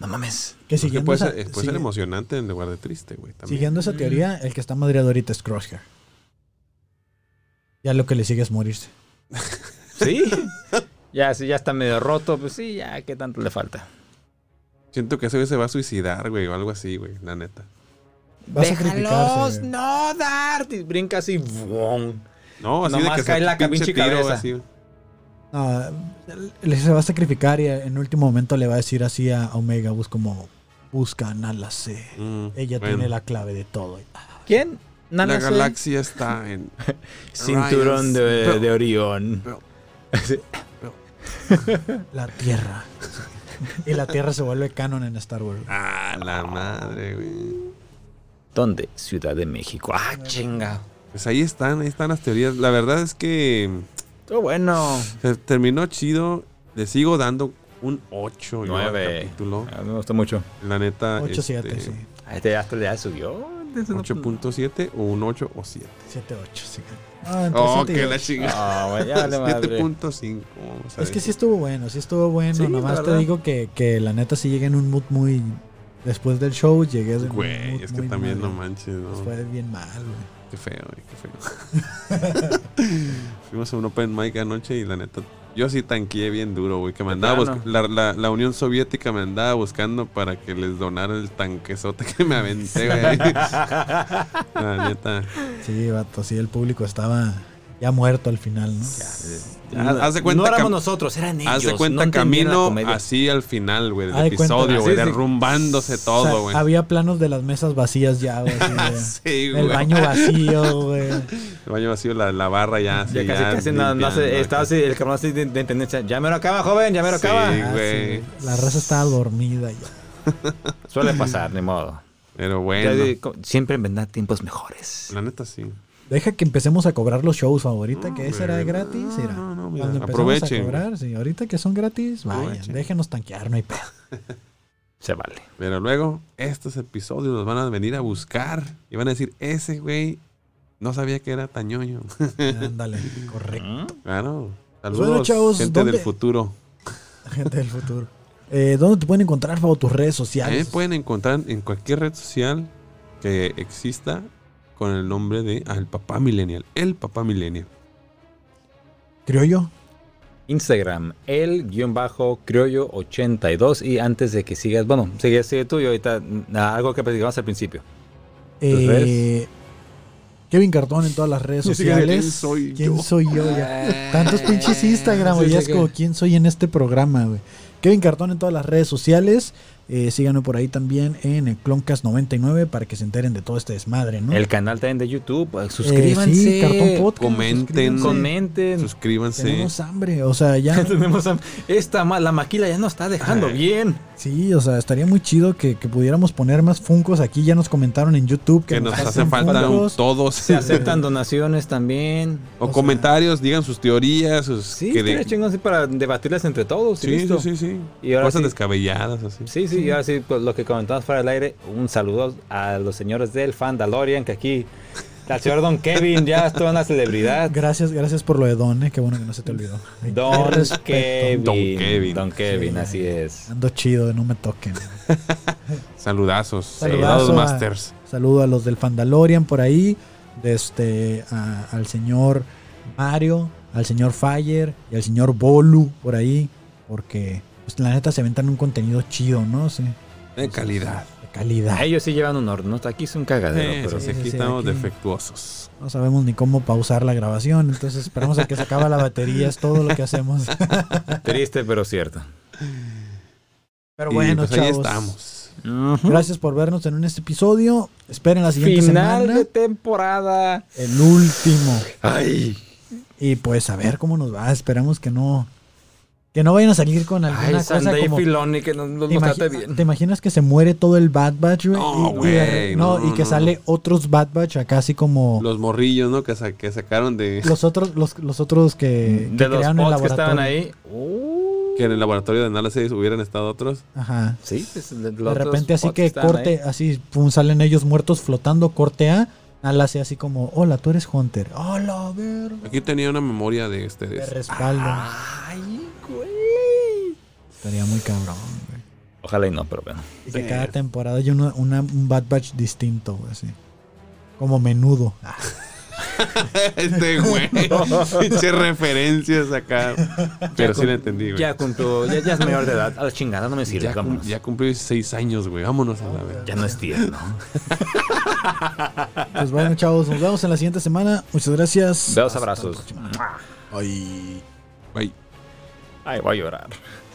no mames. Que pues, Que siguiendo, puede esa, ser, puede ser sigue- emocionante en lugar de triste, güey. también. siguiendo esa teoría, el que está madreado ahorita es Crosshair. Ya lo que le sigue es morirse. *laughs* Sí. ya, sí, ya está medio roto, pues sí, ya, ¿qué tanto le falta? Siento que ese güey se va a suicidar, güey, o algo así, güey, la neta. Va a sacrificarse. güey. no dar. Y brinca así, ¡vum! No, así de Nomás que cae se la pinche pinche cabeza. así. Ah, le- se va a sacrificar y en último momento le va a decir así a Omega, Bus como buscan a la C. Mm, Ella bueno. tiene la clave de todo. Ah, ¿Quién? La Nana Soy. galaxia está en. Cinturón de, Pero- de Orión. pero- La Tierra. y la Tierra se vuelve canon en Star Wars. Ah, la madre, güey. ¿Dónde? Ciudad de México. ¡Ah, chinga! Pues ahí están, ahí están las teorías. La verdad es que mm, Todo bueno. se terminó chido. Le sigo dando un 8 yo, al Nueve. capítulo. Ah, me gustó mucho. La neta. 8, 7, este, sí. Ah, Este ya, hasta ya subió. 8.7 o un 8 o 7. 7, 8, sí. Ah, entre Oh, siete y que ocho. la chingada. Ah, bueno, *laughs* ya vale madre. 7.5. vamos a Es que ver. sí estuvo bueno, sí estuvo bueno. Sí, la Nomás te verdad. digo que, que la neta sí llegué en un mood muy. Después del show llegué en un Güey, mood es que muy también mal. no manches, ¿no? Pues Fue bien mal, güey. Qué feo, güey, qué feo. Fuimos a un open mic anoche y la neta, yo sí tanqueé bien duro, güey, que me andaba plano. busc- la, la- la Unión Soviética me andaba buscando para que les donara el tanquezote que me aventé, güey. la neta. Sí, vato, sí, el público estaba ya muerto al final, ¿no? Ya, haz de cuenta no éramos cam- nosotros, eran ellos. Haz de no cuenta entendían la camino comedia. así al final, güey, del Haz de cuenta- episodio, güey, Así es de- derrumbándose O sea, todo, güey. había planos de las mesas vacías ya, güey. así *laughs* de- Sí, güey. el baño vacío, güey. Ah, El baño vacío, la, la barra ya. así, Ya casi, casi no, no limpiando sé, estaba acá. así, el cabrón así de, de tendencia. Ya me lo acaba, joven, ya me lo Sí. acaba. Ah, güey. sí, la raza estaba dormida ya. Suele pasar, ni modo. Pero Ya bueno, de- co- siempre vendrán tiempos mejores. la neta sí. Deja que empecemos a cobrar los shows ahorita, que No, ese era güey, gratis. no, era. no, no, mira, Cuando empezamos aprovechen, a cobrar, sí, ahorita que son gratis, vayan, Aprovechen. déjenos tanquear, no *laughs* hay pedo. Se vale. Pero luego, estos episodios los van a venir a buscar y van a decir, ese güey no sabía que era tañoño. Ándale, correcto. *laughs* Claro. Saludos, Pues bueno, chavos, gente ¿dónde- del futuro. Gente del futuro. Eh, ¿Dónde te pueden encontrar, Fabo, tus redes También sociales? Eh, pueden encontrar en cualquier red social que exista con el nombre de al papá millennial. El papá millennial. Criollo. Instagram, el guión bajo criollo 82. Y antes de que sigas, bueno, sigue, sigue tú y ahorita mm, algo que platicamos al principio. ¿Tus Eh, redes? Kevin Cartón en todas las redes Sí, sociales. ¿quién soy ¿Quién yo? soy yo ya? Tantos pinches Instagram, güey. Eh, Sí, ya sí, es como que- quién soy en este programa, güey. Kevin Cartón en todas las redes sociales. Eh, síganme por ahí también en el Cloncast99 para que se enteren de todo este desmadre, ¿no? El canal también de YouTube. eh, Eh, Suscríbanse. sí, Cartón Podcast. comenten, suscríbanse. Comenten. Suscríbanse. Tenemos hambre, o *laughs* sea, ya. Tenemos a- esta ma- la maquila ya nos está dejando Ay. bien. sí, o sea, estaría muy chido que, que pudiéramos poner más funcos. Aquí ya nos comentaron en YouTube que, Que nos hacen falta un- Funkos. todos. Se *laughs* aceptan donaciones también. o sea- comentarios, digan sus teorías. Sus Sí, que de- estaría chingón así para debatirlas entre todos. y sí, sí, listo. sí, sí. Y ahora Cosas sí. descabelladas, así. Sí, sí, y ahora sí, pues, lo que comentamos fuera del aire, un saludo a los señores del Fandalorian, que aquí, al señor Don Kevin ya es toda una celebridad. Gracias, gracias por lo de Don, eh, qué bueno que no se te olvidó. Ay, qué Don respeto. Kevin. Don Kevin. Don Kevin, Sí. así es. Ando chido, no me toquen. Saludazos. Saludazo Saludados, a- Masters. Saludo a los del Fandalorian por ahí, de este, a- al señor Mario, al señor Fire y al señor Bolu por ahí, porque pues, la neta se aventan un contenido chido, ¿no? Sí, de De calidad. Eh, calidad. A ellos sí llevan un horno, aquí es un cagadero, Sí, pero sí, sí, aquí sí, estamos aquí. defectuosos. No sabemos ni cómo pausar la grabación, entonces esperamos a que se acaba la batería, es todo lo *laughs* que hacemos. triste pero cierto. Pero Y, bueno, pues, chavos. ahí estamos. Gracias por vernos en un este episodio. Esperen la siguiente Final semana. de temporada. El último. Ay, Y pues a ver cómo nos va. Esperamos que no. Que no vayan a salir con alguna Ay, cosa Sunday como... Filoni, que no nos ¿Te, trate imagi- bien. te imaginas que se muere todo el Bad Batch, güey? No, Y- y de re- güey, no, no, y que no, sale otros Bad Batch acá así como los, Los morrillos, ¿no? Que, sa- que sacaron de. otros los, los otros que, que De los crearon el pods que laboratorio. estaban ahí. Uh, Que en el laboratorio de análisis hubieran estado otros. Ajá. sí, pues, de, De repente así que corte, así pum, salen ellos muertos flotando, corte A, Al hace así como, hola, tú eres Hunter. Hola, a ver. Aquí tenía una memoria de este. de Te Pues, este. respaldo. ah. Ay, güey. Estaría muy cabrón, güey. Ojalá y no, pero bueno. Y que cada temporada hay una, una- un Bad Batch distinto, güey, así. Como menudo. Ah, *laughs* Este güey. Pinche referencias acá. Pero sí la entendí, güey. Ya cumplió, ya, ya es mayor de edad. A la chingada no me sirve. Ya, cum- vámonos. ya cumplí seis años, güey. Vámonos a la verga. Ya no es tierno. Pues bueno, chavos, nos vemos en la siguiente semana. Muchas gracias. Besos, Hasta la abrazos. próxima. Bye. Ay, voy a llorar.